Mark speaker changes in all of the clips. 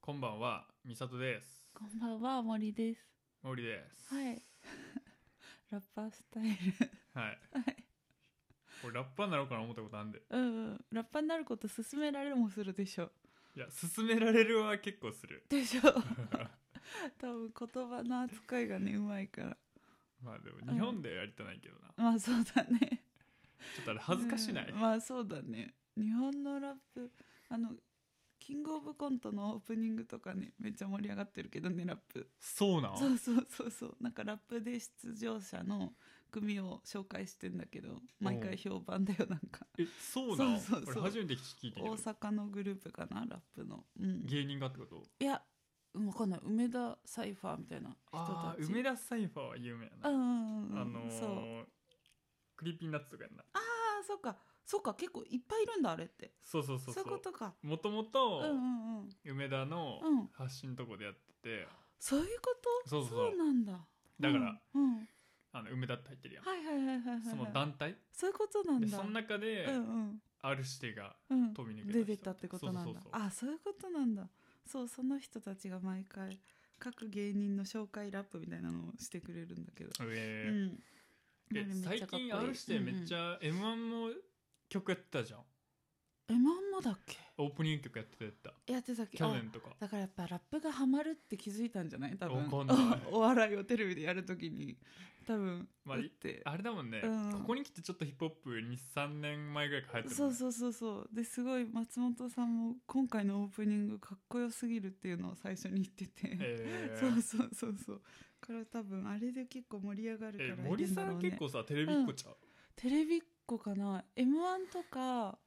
Speaker 1: こんばんは、みさとです。
Speaker 2: こんばんは、森です。
Speaker 1: 森です。
Speaker 2: はい。ラッパースタイル。
Speaker 1: はい。これラッパーになろうかな思ったことあんで。
Speaker 2: うんうん。ラッパーになること勧められもするでしょ。
Speaker 1: いや、勧められるは結構する。
Speaker 2: でしょ。多分言葉の扱いがね、うまいから。
Speaker 1: まあでも日本ではやりたないけどな。
Speaker 2: まあそうだね。
Speaker 1: ちょっとあれ恥ずかしない。
Speaker 2: うんまあそうだね。日本のラップ、あの、キングオブコントのオープニングとかね、めっちゃ盛り上がってるけどね、ラップ。
Speaker 1: そうな
Speaker 2: そ
Speaker 1: ん
Speaker 2: うそうそうそうなんかラップで出場者の組を紹介してんだけど毎回評判だよなんか
Speaker 1: え、そうなの
Speaker 2: そうそう
Speaker 1: こ
Speaker 2: そう
Speaker 1: れ初めて聞いて
Speaker 2: 大
Speaker 1: る。
Speaker 2: 阪のグループかなラップの、うん、い
Speaker 1: 芸人がってこと
Speaker 2: や分かんない梅田サイファーみたいな人
Speaker 1: ああ、
Speaker 2: たち
Speaker 1: 梅田サイファーは有名や
Speaker 2: う
Speaker 1: な。
Speaker 2: んうんうん
Speaker 1: あの
Speaker 2: そうあ
Speaker 1: ー、クリーピーナッツとかやんな。
Speaker 2: あそっかそっか結構いっぱいいるんだあれって
Speaker 1: そうそうそ
Speaker 2: そうう
Speaker 1: そ
Speaker 2: いうこ
Speaker 1: う。
Speaker 2: とか
Speaker 1: もとも
Speaker 2: う
Speaker 1: と
Speaker 2: んうんうん
Speaker 1: 梅田の
Speaker 2: うん
Speaker 1: 発信とこでやってて、
Speaker 2: そういうこと
Speaker 1: そうそうそう
Speaker 2: なんだ
Speaker 1: だから、
Speaker 2: うんうん、
Speaker 1: あの梅田って入ってるやん。
Speaker 2: はいはいはいはいはいはい
Speaker 1: その団体
Speaker 2: そういうことなん
Speaker 1: で
Speaker 2: だ
Speaker 1: その中で
Speaker 2: うんうん
Speaker 1: ある指定が
Speaker 2: うん
Speaker 1: 飛び抜けた人
Speaker 2: 出てたってことなんだ
Speaker 1: そうそうそう
Speaker 2: あそういうことなんだそうその人たちが毎回各芸人の紹介ラップみたいなのをしてくれるんだけど、
Speaker 1: え
Speaker 2: う
Speaker 1: ー
Speaker 2: ん
Speaker 1: で
Speaker 2: あれめっちゃ
Speaker 1: 最
Speaker 2: かっこいい
Speaker 1: 近 R してめっち
Speaker 2: うん
Speaker 1: ゃ m 1も曲やってたじゃん
Speaker 2: うんえまんまだっけ
Speaker 1: オープニング曲やってたやった
Speaker 2: やってたっけ
Speaker 1: 去年とか
Speaker 2: あだからやっぱラップがハマるって気づいたんじゃない多分
Speaker 1: わかんない
Speaker 2: お笑いをテレビでやるときに多分
Speaker 1: まあ
Speaker 2: だって、
Speaker 1: あれだもんね
Speaker 2: うん
Speaker 1: ここに来てちょっとヒップホップ23年前ぐらいから流行ってる
Speaker 2: そ
Speaker 1: もん
Speaker 2: う
Speaker 1: ね
Speaker 2: そうそうそうですごい松本さんも今回のオープニングかっこよすぎるっていうのを最初に言ってて、
Speaker 1: え
Speaker 2: そう
Speaker 1: ー
Speaker 2: そうそうそうから多分あれで結構盛り上がるからい
Speaker 1: え
Speaker 2: いんだろう、ね、
Speaker 1: 森さん結構さテレビっ子ちゃう
Speaker 2: テレビっ子かな m 1とか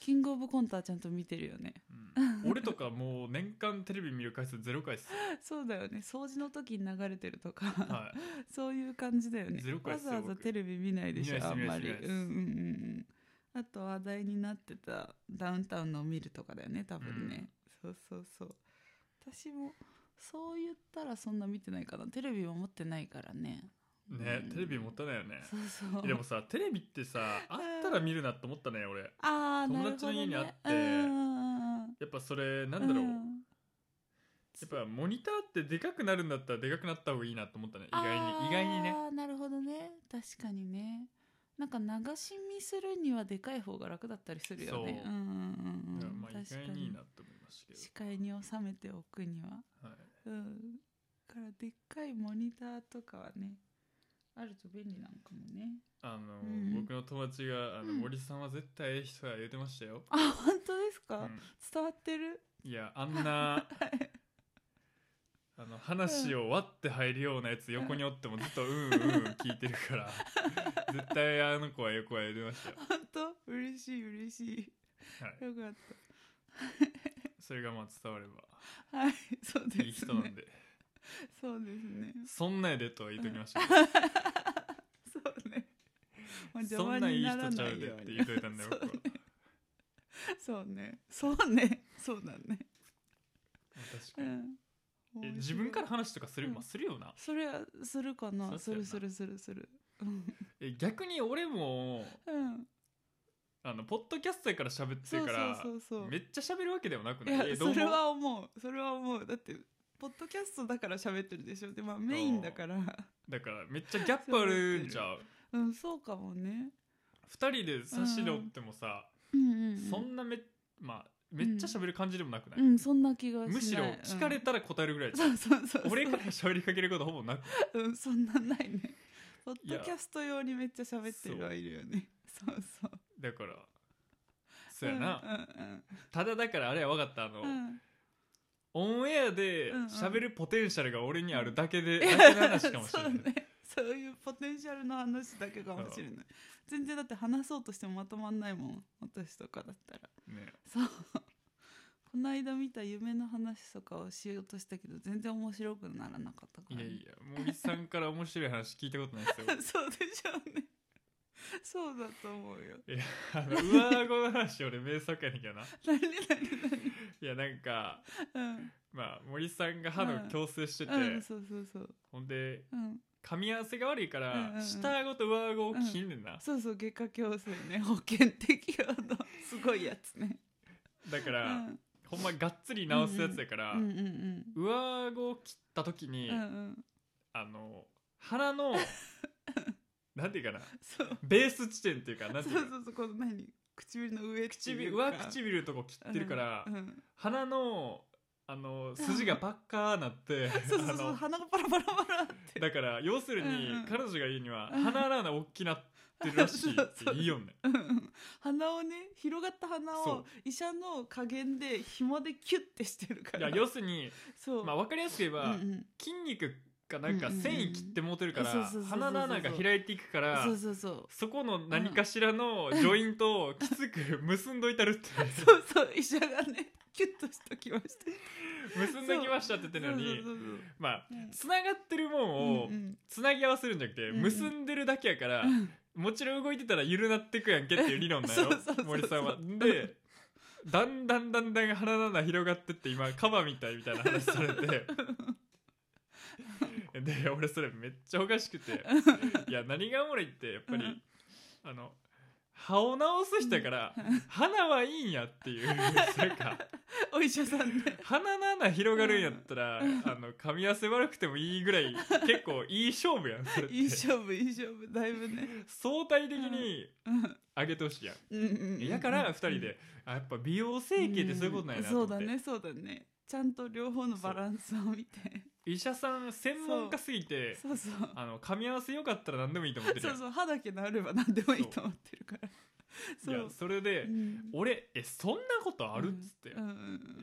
Speaker 2: キングオブコントはちゃんと見てるよね
Speaker 1: うん俺とかもう年間テレビ見る回数ゼロ回っす
Speaker 2: そうだよね掃除の時に流れてるとか、
Speaker 1: はい
Speaker 2: そういう感じだよね
Speaker 1: ゼロ回
Speaker 2: わ
Speaker 1: ですよ
Speaker 2: ざわざ
Speaker 1: 僕
Speaker 2: テレビ見ないでし
Speaker 1: 見
Speaker 2: ょ
Speaker 1: な
Speaker 2: あ
Speaker 1: いです
Speaker 2: んまり
Speaker 1: 見
Speaker 2: う
Speaker 1: ないで
Speaker 2: んう
Speaker 1: す
Speaker 2: んうんあと話題になってたダウンタウンのを見るとかだよね多分ね、そうそうそう私もそう言ったらそんな見てないかなテレビも持ってないからね
Speaker 1: ね
Speaker 2: うん
Speaker 1: テレビ持たないよね
Speaker 2: そうそう
Speaker 1: でもさテレビってさあったら見るなって思ったね俺
Speaker 2: ああな
Speaker 1: 友
Speaker 2: る
Speaker 1: 達の
Speaker 2: ほど、ね、
Speaker 1: 家にあって
Speaker 2: うんうんうん
Speaker 1: やっぱそれなんだろう
Speaker 2: うん
Speaker 1: やっぱモニターってでかくなるんだったらでかくなった方がいいなと思ったね意外に意外にね
Speaker 2: あーなるほどね確かにねなんか流し見するにはでかい方が楽だったりするよね
Speaker 1: そう
Speaker 2: うんうん
Speaker 1: だか
Speaker 2: う
Speaker 1: ら
Speaker 2: ん
Speaker 1: まあ意外にいいなと思いましたけ
Speaker 2: 視界に収めておくには
Speaker 1: ど、はい、
Speaker 2: うんだからでっかいモニターとかはねあると便利なのかもね
Speaker 1: あの、
Speaker 2: うん
Speaker 1: 僕の友達があの、
Speaker 2: うん
Speaker 1: 森さんは絶対ええ人や言うてましたよ、
Speaker 2: あ本当です
Speaker 1: う
Speaker 2: か、
Speaker 1: ん、
Speaker 2: 伝わってる
Speaker 1: いやあん なあの話を割って入るようなやつ横におってもずっとうんうん聞いてるから 絶対あの子は横は言うてましたよ、
Speaker 2: 本当嬉しい嬉し
Speaker 1: はい
Speaker 2: い、よかっ
Speaker 1: それがまあ伝われば
Speaker 2: たはいそう ですね
Speaker 1: いい人なんで
Speaker 2: そうですね
Speaker 1: そんなやでとは言っときましたけど
Speaker 2: そうね。まあ
Speaker 1: そんなんいい人ちゃうでって言っといたんだよ、僕は。
Speaker 2: そうね。そうね。そうだね。
Speaker 1: 確か
Speaker 2: う
Speaker 1: に。
Speaker 2: ん。
Speaker 1: え自分から
Speaker 2: 面白い
Speaker 1: 話とかする、
Speaker 2: うん
Speaker 1: まあするよな。
Speaker 2: それはするか
Speaker 1: そ
Speaker 2: な。す
Speaker 1: うだよ
Speaker 2: る
Speaker 1: な
Speaker 2: するするする。うん。
Speaker 1: え逆に俺も
Speaker 2: うん
Speaker 1: あのポッドキャストやから喋って
Speaker 2: そ
Speaker 1: る
Speaker 2: う
Speaker 1: か
Speaker 2: そう
Speaker 1: ら
Speaker 2: そうそう。
Speaker 1: めっちゃ喋るわけでもなく
Speaker 2: い
Speaker 1: ない
Speaker 2: や
Speaker 1: えどう
Speaker 2: そ
Speaker 1: も
Speaker 2: れは思う。それは思う。だってポッドキャストだから喋ってるでしょ。でまあメインだから。
Speaker 1: だからめっちゃギャップあるんちゃう
Speaker 2: うんそうかもね。
Speaker 1: 二人で差しでおってもさ、
Speaker 2: うんうんうん。
Speaker 1: そんなめまあめっちゃ喋る感じでもなくない、
Speaker 2: うんそんな気がしない。
Speaker 1: むしろ聞かれたら答えるぐらい
Speaker 2: うん
Speaker 1: じゃん、
Speaker 2: そうそうそうそう。
Speaker 1: 俺から喋りかけることほぼなく
Speaker 2: うん、そんなんないね。ポッ
Speaker 1: いや
Speaker 2: ドキャスト用にめっちゃ喋ってるはいるよね。そうそう。
Speaker 1: だからそうやな、
Speaker 2: うん
Speaker 1: ただだからあれは分かったあの、
Speaker 2: うんうん。
Speaker 1: オンエアで
Speaker 2: うんうん
Speaker 1: 喋るポテンシャルが俺にあるだけ で、
Speaker 2: いや
Speaker 1: だけの話かもしれ
Speaker 2: そ
Speaker 1: な
Speaker 2: う
Speaker 1: い、
Speaker 2: ね。そういうポテンシャルの話だけかもしれない。全然だって話そうとしてもまとまんないもん。私とかだったら。
Speaker 1: ね
Speaker 2: そう。この間見た夢の話とかをしようとしたけど全然面白くならなかったか
Speaker 1: い
Speaker 2: ら
Speaker 1: や
Speaker 2: ね、
Speaker 1: いや、森さんから面白い話聞いたことないですよ。
Speaker 2: そうでしょうねそうだと思うよ
Speaker 1: いや、あの、上顎の話俺名作やねんけどな。
Speaker 2: 何何
Speaker 1: いや、なんか、
Speaker 2: 何
Speaker 1: まあ、森さんが歯の矯正してて、
Speaker 2: うん、うん、そうそうそう
Speaker 1: ほんで、
Speaker 2: うん
Speaker 1: 噛み合わせが悪いから、
Speaker 2: うんうんうん
Speaker 1: 下顎と上顎を切んねんな。
Speaker 2: そうそう外科矯正ね保険適用のすごいやつね
Speaker 1: だか
Speaker 2: う
Speaker 1: ら、
Speaker 2: ん
Speaker 1: ほんまがっつり直すやつやから、
Speaker 2: うんうんうん
Speaker 1: 上顎を切った時に、
Speaker 2: うんうん
Speaker 1: あの腹の なんていうかな
Speaker 2: そう
Speaker 1: ベース地点っていうかな
Speaker 2: そうん
Speaker 1: ていう
Speaker 2: そ
Speaker 1: か
Speaker 2: うそうこの何唇の上ってい
Speaker 1: 唇
Speaker 2: うか
Speaker 1: 上唇のとこ切ってるから、
Speaker 2: うんうん
Speaker 1: 鼻のあの筋がパッカーなって
Speaker 2: そうそうそ
Speaker 1: あ
Speaker 2: う
Speaker 1: の
Speaker 2: 鼻がパラパラパラって
Speaker 1: だから要するに、
Speaker 2: うんうん
Speaker 1: 彼女が言うには
Speaker 2: うん
Speaker 1: 鼻の穴大きなってるらしいって言いよ んねん
Speaker 2: うんうん鼻をね広がった鼻
Speaker 1: そ
Speaker 2: を
Speaker 1: う
Speaker 2: 医者の加減で紐でキュッてしてるか
Speaker 1: いや
Speaker 2: ら
Speaker 1: 要するに、
Speaker 2: そう、
Speaker 1: まあ、分かりやすく言えば、
Speaker 2: うんうん
Speaker 1: 筋肉がなんか
Speaker 2: うんうんうん
Speaker 1: 繊維切って持てるから、
Speaker 2: そうそうそうそうそう
Speaker 1: 鼻の穴が開いていくから
Speaker 2: そうそうそう
Speaker 1: そこの何かしらのジョイントをきつく 結んどいたるって
Speaker 2: そうそう医者がねキュッとしときました
Speaker 1: 結んできましたって言ってるのに
Speaker 2: そうそうそう
Speaker 1: まあ
Speaker 2: そう
Speaker 1: つながってるもんを
Speaker 2: うんうん
Speaker 1: つなぎ合わせるんじゃなくて
Speaker 2: うんうん
Speaker 1: 結んでるだけやから
Speaker 2: うん
Speaker 1: もちろん動いてたら緩なってくやんけっていう理論なんや
Speaker 2: そうそうそうそ
Speaker 1: ろ
Speaker 2: う
Speaker 1: 森さんは
Speaker 2: う。ん
Speaker 1: でだんだんだんだん鼻の穴広がってって今カバみたいみたいな話されて で俺それめっちゃおかしくていや何がおもろいってやっぱり、
Speaker 2: うん
Speaker 1: あの歯を直す人やから鼻はいいんやって いうなんか
Speaker 2: お医者さんね
Speaker 1: 鼻の穴広がるんやったら、あの噛み合わせ悪くてもいいぐらい結構いい勝負やんそれって
Speaker 2: いい勝負いい勝負だいぶね
Speaker 1: 相対的に
Speaker 2: うん
Speaker 1: 上げてほしいやん、
Speaker 2: うんうんうん
Speaker 1: やから2人で、あやっぱ美容整形ってそういうことなんやなと
Speaker 2: う
Speaker 1: 思っ
Speaker 2: んそ
Speaker 1: て、
Speaker 2: うだねそうだねちゃんと両方のバランスを見て
Speaker 1: 医者さん専門家すぎて
Speaker 2: そうそう
Speaker 1: あの噛み合わせよかったら何でもいいと思ってる
Speaker 2: そ
Speaker 1: や
Speaker 2: うんそう歯だけ治れば何でもいいと思ってるからそう
Speaker 1: いやそれで、
Speaker 2: うん
Speaker 1: 俺えそんなことあるっつって、
Speaker 2: うんうんう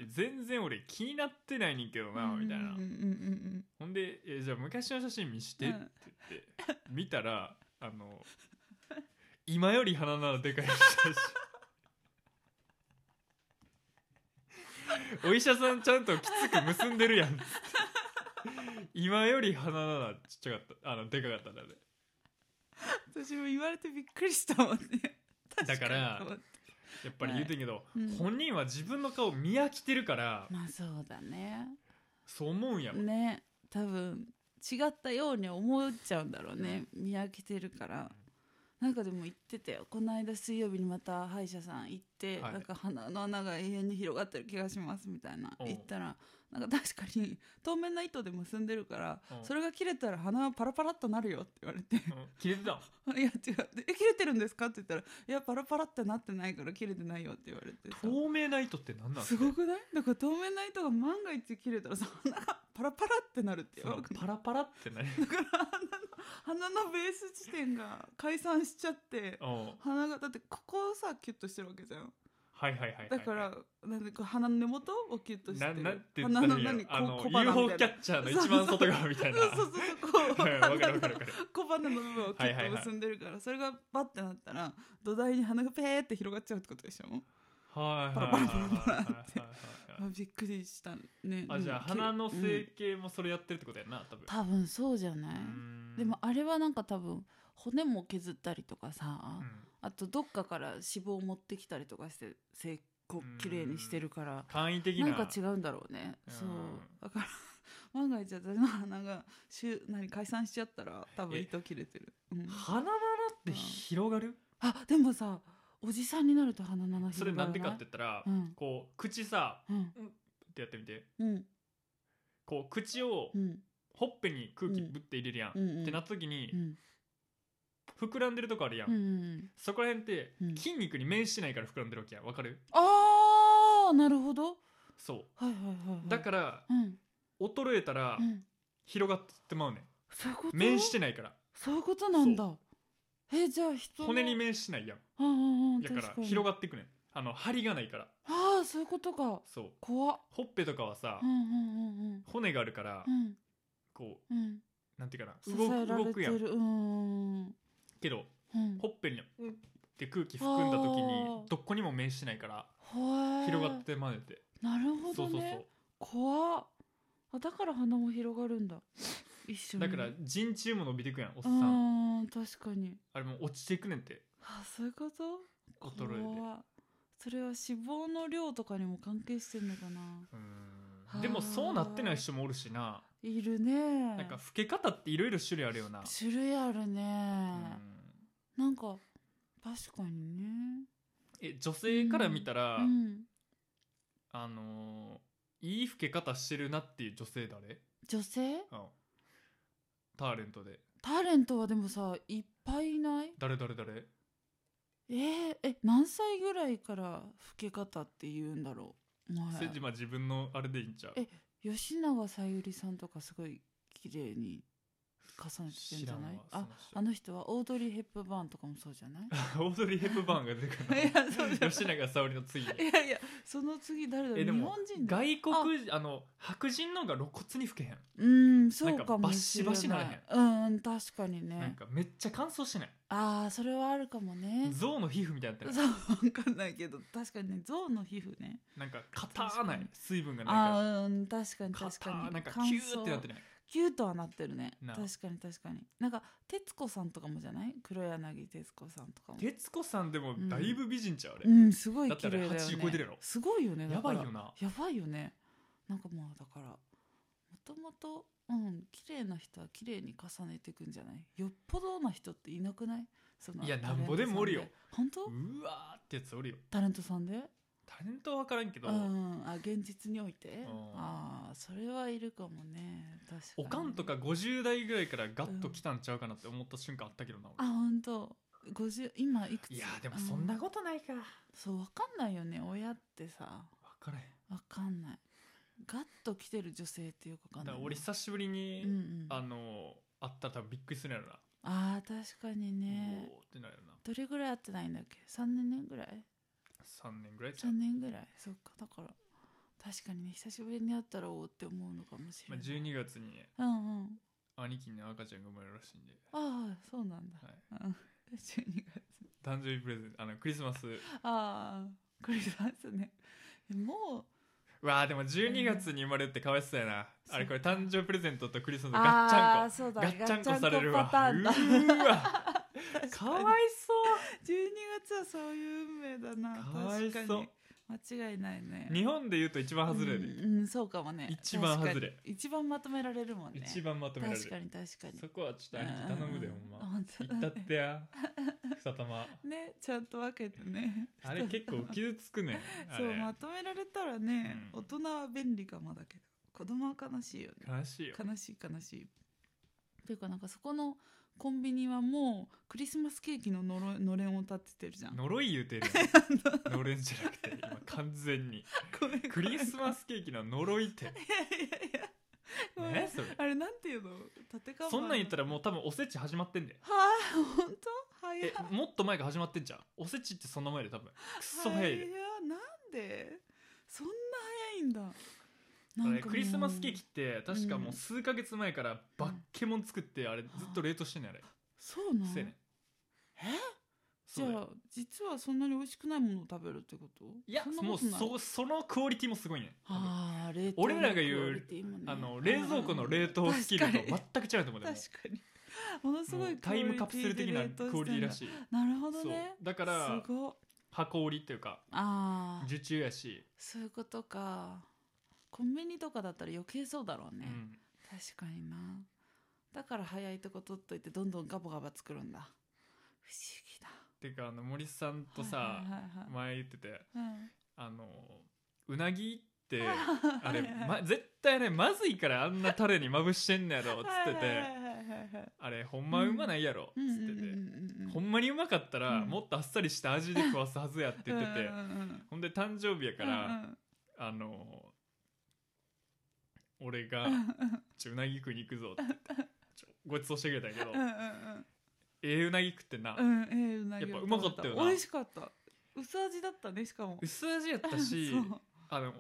Speaker 2: ん
Speaker 1: 全然俺気になってないねんけどな、みたいな
Speaker 2: うんうんうん
Speaker 1: ほんで、えじゃあ昔の写真見して
Speaker 2: う
Speaker 1: っ
Speaker 2: ん
Speaker 1: て言って、見たらあの今より鼻ならでかい写真お医者さんちゃんときつく結んでるやんっつって今より鼻ならちっちゃかったあのでかかったんだね
Speaker 2: うん私も言われてびっくりしたもんね
Speaker 1: だから
Speaker 2: 確にと思って
Speaker 1: やっぱり言うてんけど、
Speaker 2: いうん
Speaker 1: 本人は自分の顔見飽きてるから
Speaker 2: まあそうだね
Speaker 1: そう思うんやろ、
Speaker 2: ね多分違ったように思っちゃうんだろうね見飽きてるからなんかでも言ってたよこの間水曜日にまた歯医者さん行って、
Speaker 1: はい
Speaker 2: なんか鼻の穴が永遠に広がってる気がしますみたいな
Speaker 1: おう
Speaker 2: 言ったらなんか確かに透明な糸で結んでるから
Speaker 1: うん
Speaker 2: それが切れたら鼻はパラパラっとなるよって言われて
Speaker 1: うん切れてたん
Speaker 2: 「いや違うでえ切れてるんですか?」って言ったら「いやパラパラってなってないから切れてないよ」って言われてさ
Speaker 1: 透明な糸って何なん
Speaker 2: すごくないだから透明な糸が万が一切れたらさ鼻がパラパラってなるって
Speaker 1: そ
Speaker 2: やば
Speaker 1: の
Speaker 2: くない
Speaker 1: パラパラって 何
Speaker 2: だから鼻の鼻のベース地点が解散しちゃって
Speaker 1: うんはい
Speaker 2: 鼻がだってここをさキュッとしてるわけじゃん
Speaker 1: はいはいはいはい
Speaker 2: だから、なんでこう鼻の根元をキュッとして
Speaker 1: ななんて言った
Speaker 2: 鼻
Speaker 1: ら
Speaker 2: の
Speaker 1: いいんやろ
Speaker 2: 何こ
Speaker 1: あの
Speaker 2: 小鼻
Speaker 1: UFO
Speaker 2: み
Speaker 1: キ
Speaker 2: たい
Speaker 1: ャ
Speaker 2: な
Speaker 1: ッチャーの一番外側みたいな
Speaker 2: そうそうそうそうこう
Speaker 1: はい わかるわかるわかる
Speaker 2: 小鼻の部分をキュ
Speaker 1: はいはい
Speaker 2: ッと
Speaker 1: はい
Speaker 2: 結んでるから、それがバッてなったら土台に鼻がペーって広がっちゃうってことでしょ
Speaker 1: はい
Speaker 2: パ
Speaker 1: はい
Speaker 2: ラ
Speaker 1: はいは
Speaker 2: パ
Speaker 1: い
Speaker 2: ラパラパラって
Speaker 1: はいはい
Speaker 2: あびっくりしたね
Speaker 1: あじゃあ
Speaker 2: でも
Speaker 1: 鼻の
Speaker 2: き
Speaker 1: 整形もそれやってるってことやな多分
Speaker 2: 多分そうじゃないう
Speaker 1: ーん
Speaker 2: でもあれはなんか多分骨も削ったりとかさ、
Speaker 1: うん
Speaker 2: あとどっかから脂肪を持ってきたりとかして成功
Speaker 1: うん
Speaker 2: 綺麗にしてるから
Speaker 1: 簡易的
Speaker 2: な
Speaker 1: なん
Speaker 2: か違うんだろうね
Speaker 1: うん
Speaker 2: そうだから 万が一私の鼻がしゅ何解散しちゃったら多分
Speaker 1: え
Speaker 2: 糸切れてる、うん
Speaker 1: 鼻の穴って広がる
Speaker 2: あでもさおじさんになると鼻の穴
Speaker 1: それ
Speaker 2: 広が
Speaker 1: なん
Speaker 2: らない
Speaker 1: でかって言ったら
Speaker 2: うん
Speaker 1: こう口さ
Speaker 2: うん
Speaker 1: ってやってみて
Speaker 2: うん
Speaker 1: こう口を
Speaker 2: うん
Speaker 1: ほっぺに空気
Speaker 2: うん
Speaker 1: ぶって入れるや
Speaker 2: うんうん
Speaker 1: んってなった時に
Speaker 2: うん
Speaker 1: 膨らんでるとこあるや
Speaker 2: うんうんん
Speaker 1: そこら辺って
Speaker 2: うん
Speaker 1: 筋肉に面してないから膨らんでるわけやわかる
Speaker 2: あーなるほどは
Speaker 1: そう
Speaker 2: いはいはい、はい、
Speaker 1: だから
Speaker 2: うん、
Speaker 1: 衰えたら
Speaker 2: うん、
Speaker 1: 広がってまうねん
Speaker 2: そういうこと
Speaker 1: 面してないから
Speaker 2: そういうことなんだえじゃあ人の
Speaker 1: 骨に面してないやん
Speaker 2: ああああ
Speaker 1: だから
Speaker 2: 確に
Speaker 1: 広がってくねんあの張りがないから
Speaker 2: ああそういうことか
Speaker 1: そう
Speaker 2: 怖っ
Speaker 1: ほっぺとかはさ
Speaker 2: うんうんうんうん
Speaker 1: 骨があるから
Speaker 2: うん
Speaker 1: こ
Speaker 2: うん
Speaker 1: うなんていうか
Speaker 2: 支
Speaker 1: な動
Speaker 2: え
Speaker 1: く
Speaker 2: られ
Speaker 1: 動
Speaker 2: て
Speaker 1: くやん
Speaker 2: るうんうん
Speaker 1: けど
Speaker 2: うん
Speaker 1: ほっぺにうんって空気含んだ時
Speaker 2: あ
Speaker 1: に
Speaker 2: ー
Speaker 1: どこにも面してないから
Speaker 2: ほえ
Speaker 1: 広がってまねて
Speaker 2: なる
Speaker 1: そ
Speaker 2: ほ
Speaker 1: うそ
Speaker 2: ど
Speaker 1: う
Speaker 2: ね
Speaker 1: そ
Speaker 2: 怖っあだから鼻も広がるんだ一緒
Speaker 1: う
Speaker 2: に
Speaker 1: だから陣中も伸びてくやんおっさ
Speaker 2: うんん確かに
Speaker 1: あれも落ちていくねんって
Speaker 2: ああそういうこと
Speaker 1: 衰えて
Speaker 2: 怖っそれは脂肪の量とかにも関係してんのかな
Speaker 1: う
Speaker 2: は
Speaker 1: ー
Speaker 2: ー
Speaker 1: んでもそうなってない人もおるしない
Speaker 2: るね
Speaker 1: なんか老け方っていろいろ種類あるよな
Speaker 2: 種類あるね、
Speaker 1: うん
Speaker 2: なんか確かにね
Speaker 1: え女性から見たら
Speaker 2: うん
Speaker 1: あのーいい老け方してるなっていう女性誰
Speaker 2: 女性
Speaker 1: うんターレントで
Speaker 2: タレントはでもさいっぱいいない
Speaker 1: 誰誰誰
Speaker 2: えー、え何歳ぐらいから老け方って言うんだろう、まあ
Speaker 1: それまあ自分のあれでいいんちゃう
Speaker 2: え吉永小百合さんとかすごい綺麗に重ねてるんじゃない
Speaker 1: 知らん
Speaker 2: あ
Speaker 1: わそ
Speaker 2: あ
Speaker 1: の
Speaker 2: の人はオードリー・ヘップバーンとかもそうじゃない
Speaker 1: 人オードリー・ヘップバーンが出てく
Speaker 2: いやそう
Speaker 1: る
Speaker 2: じ
Speaker 1: の
Speaker 2: ゃん
Speaker 1: 吉永沙織の次に
Speaker 2: いやいやその次誰だろう
Speaker 1: え
Speaker 2: 日
Speaker 1: でも
Speaker 2: 本人だ
Speaker 1: 外国人あの白人の方が露骨に老けへん、
Speaker 2: うんそうかもしれ
Speaker 1: バ
Speaker 2: な
Speaker 1: シバシなれ
Speaker 2: いうん確かに
Speaker 1: なん
Speaker 2: ね
Speaker 1: かめっちゃ乾燥してない
Speaker 2: ああそれはあるかもね
Speaker 1: 象の皮膚みたいになってる
Speaker 2: そうわかんないけど確かにね象の皮膚ね
Speaker 1: なんか硬な
Speaker 2: 確か
Speaker 1: い
Speaker 2: に
Speaker 1: 水分がない
Speaker 2: あ
Speaker 1: か
Speaker 2: あーうん確からに確
Speaker 1: 硬
Speaker 2: か
Speaker 1: い
Speaker 2: に
Speaker 1: なんか
Speaker 2: 乾
Speaker 1: キューっ
Speaker 2: 燥
Speaker 1: てなってない
Speaker 2: キュートはなってるね
Speaker 1: なあ
Speaker 2: 確かに確かになんか徹子さんとかもじゃない黒柳徹子さんとかも
Speaker 1: 徹子さんでもだいぶ美人ちゃうあれ、
Speaker 2: うんすごい
Speaker 1: だって
Speaker 2: 綺
Speaker 1: あれ
Speaker 2: 麗だよ
Speaker 1: 80超えてるや
Speaker 2: ね
Speaker 1: ろ
Speaker 2: すごいよねだ
Speaker 1: や
Speaker 2: か
Speaker 1: ば
Speaker 2: ら
Speaker 1: いよな
Speaker 2: やばいよねなんかまあだからもともとうん綺麗な人は綺麗に重ねていくんじゃないよっぽどな人っていなくないその
Speaker 1: いや
Speaker 2: タレント
Speaker 1: なんぼでもおるよ
Speaker 2: さんで本当
Speaker 1: うわーってやつおるよ
Speaker 2: タレントさんで
Speaker 1: タレントは分からんけど、
Speaker 2: うんあ現実において
Speaker 1: ん
Speaker 2: ああそれはいるかもね確かに
Speaker 1: おかんとか50代ぐらいからガッと来たんちゃうかなって思った瞬間あったけどな、
Speaker 2: あ
Speaker 1: 俺
Speaker 2: 本当50今いくつ
Speaker 1: いやーでもそんな
Speaker 2: と、
Speaker 1: ことないか分
Speaker 2: そうわかんないよね親ってさ
Speaker 1: からへん
Speaker 2: わかんないガッと来てる女性ってよくわか
Speaker 1: だ
Speaker 2: ん
Speaker 1: か
Speaker 2: ない
Speaker 1: ら
Speaker 2: な
Speaker 1: 俺久しぶりに、
Speaker 2: うんうん、
Speaker 1: あ
Speaker 2: あ
Speaker 1: のー、会ったら多分びっくりするやろな、
Speaker 2: あー確かにね
Speaker 1: おおってなるよな
Speaker 2: どれぐらい会ってないんだっけ3年ぐらい
Speaker 1: 3年ぐらいちゃ
Speaker 2: 3
Speaker 1: う、
Speaker 2: 年ぐらいそっかだから確かにね久しぶりに会ったらおおって思うのかもし
Speaker 1: ま
Speaker 2: れ
Speaker 1: あ、
Speaker 2: ない、
Speaker 1: 12月に
Speaker 2: うんうん
Speaker 1: 兄貴に赤ちゃんが生まれるらしいんで、
Speaker 2: ああそうなんだ、
Speaker 1: はい、
Speaker 2: うん12月
Speaker 1: 誕生日プレゼントあのクリスマス
Speaker 2: ああクリスマスねも
Speaker 1: うわあでも12月に生まれるってかわいそうやな、
Speaker 2: うん
Speaker 1: あれこれ誕生日プレゼントとクリス
Speaker 2: う
Speaker 1: マスガッチャ
Speaker 2: あ
Speaker 1: ン
Speaker 2: ーそう
Speaker 1: コ
Speaker 2: だ
Speaker 1: ガッチャンコされるわ
Speaker 2: ガッチャンコパター
Speaker 1: う
Speaker 2: ンだ
Speaker 1: ーわ
Speaker 2: 確
Speaker 1: か
Speaker 2: に
Speaker 1: わいそ
Speaker 2: 12月はそういう運命だな
Speaker 1: かわいそう
Speaker 2: 確かに間違いないね
Speaker 1: う日本で言うと一番外れる、
Speaker 2: うん、うんそうかもね
Speaker 1: 一番外れ
Speaker 2: 確かに一番まとめられるもんね
Speaker 1: 一番まとめられる
Speaker 2: 確かに確かに
Speaker 1: そこはちょっと兄貴頼むで
Speaker 2: う
Speaker 1: ほ
Speaker 2: うんう
Speaker 1: ま
Speaker 2: 本当
Speaker 1: 行った
Speaker 2: だ
Speaker 1: っ
Speaker 2: ね
Speaker 1: てや草 玉
Speaker 2: ねちゃんと分けてね
Speaker 1: あれ結構傷つくねんあ
Speaker 2: そう
Speaker 1: れ、
Speaker 2: まとめられたらね、
Speaker 1: うん
Speaker 2: 大人は便利かもだけど子供は悲しいよね
Speaker 1: 悲しいよ
Speaker 2: 悲しい悲しいっていうかなんかそこのコンビニはもうクリスマスケーキののろのれんを立ててるじゃん
Speaker 1: 呪い言うてるや んのれんじゃなくて今完全に
Speaker 2: ご めんごめん
Speaker 1: クリスマスケーキの呪い って
Speaker 2: いやいやいやごめん
Speaker 1: 何それ
Speaker 2: あれなんていうの立て看板
Speaker 1: そんなん言った
Speaker 2: ら
Speaker 1: らもう多分おせち始まってんで
Speaker 2: はあ本当早い
Speaker 1: えもっと前から始まってんじゃんおせちってそんな前で多分クソ早いで
Speaker 2: なんでそんな早いんだな
Speaker 1: あ
Speaker 2: ん
Speaker 1: れ
Speaker 2: かもう
Speaker 1: クリスマスケーキって確かも
Speaker 2: うん
Speaker 1: う数ヶ月前からバッケモン作ってあれずっと冷凍してんねんあれ
Speaker 2: そうな
Speaker 1: く
Speaker 2: ん
Speaker 1: せえねん
Speaker 2: え
Speaker 1: そ
Speaker 2: じ
Speaker 1: う
Speaker 2: ゃ
Speaker 1: だよ
Speaker 2: あ実はそんなに美味しくないものを食べるってこと
Speaker 1: いや
Speaker 2: そんな
Speaker 1: も
Speaker 2: こ
Speaker 1: う
Speaker 2: とない
Speaker 1: そそのクオリティもすごいねん多分
Speaker 2: あー冷凍
Speaker 1: 俺らが言う
Speaker 2: のクオリティもね
Speaker 1: あの冷蔵庫の冷凍スキルと
Speaker 2: 確かに
Speaker 1: 全く違うと思うでも
Speaker 2: 確かにものすご
Speaker 1: も
Speaker 2: いう
Speaker 1: タイムカプセル的な
Speaker 2: 冷凍してんだ
Speaker 1: クオリティらしい
Speaker 2: なるほど
Speaker 1: そう
Speaker 2: ね
Speaker 1: だから
Speaker 2: すごっ
Speaker 1: 箱売りっていうか
Speaker 2: ああ
Speaker 1: 受注やし、
Speaker 2: そういうことかコンビニとかだったら余計そうだろうね、
Speaker 1: うん、
Speaker 2: 確かになだから早いとこ取っといてどんどんガバガバ作るんだ不思議だ
Speaker 1: ていうかあの森さんとさ、
Speaker 2: はいはいはいはい
Speaker 1: 前言ってて
Speaker 2: うん
Speaker 1: あのうなぎってあれ、
Speaker 2: はいはい
Speaker 1: ま、絶対ねまずいからあんなタレにまぶしてんねやろっつって
Speaker 2: はいはい
Speaker 1: て
Speaker 2: はいはいはい
Speaker 1: あれほんまうまないやろっ
Speaker 2: うんうん
Speaker 1: つって
Speaker 2: うん
Speaker 1: て
Speaker 2: うんうん
Speaker 1: ほんまにうまかったら
Speaker 2: うん
Speaker 1: もっとあっさりした味で食わすはずやって言ってて
Speaker 2: うんうんうん
Speaker 1: ほんで誕生日やから、
Speaker 2: うんうん
Speaker 1: あの俺が
Speaker 2: うん
Speaker 1: ちょうなぎ食いに行くぞって言ってちょごちそうしてくれたんやけど、
Speaker 2: うん
Speaker 1: ええうなぎ食ってんな、
Speaker 2: うんうんうんええうなぎを
Speaker 1: やっぱうまかったよな
Speaker 2: 美味しかった薄味だったねしかも
Speaker 1: 薄味やったし
Speaker 2: そう
Speaker 1: あの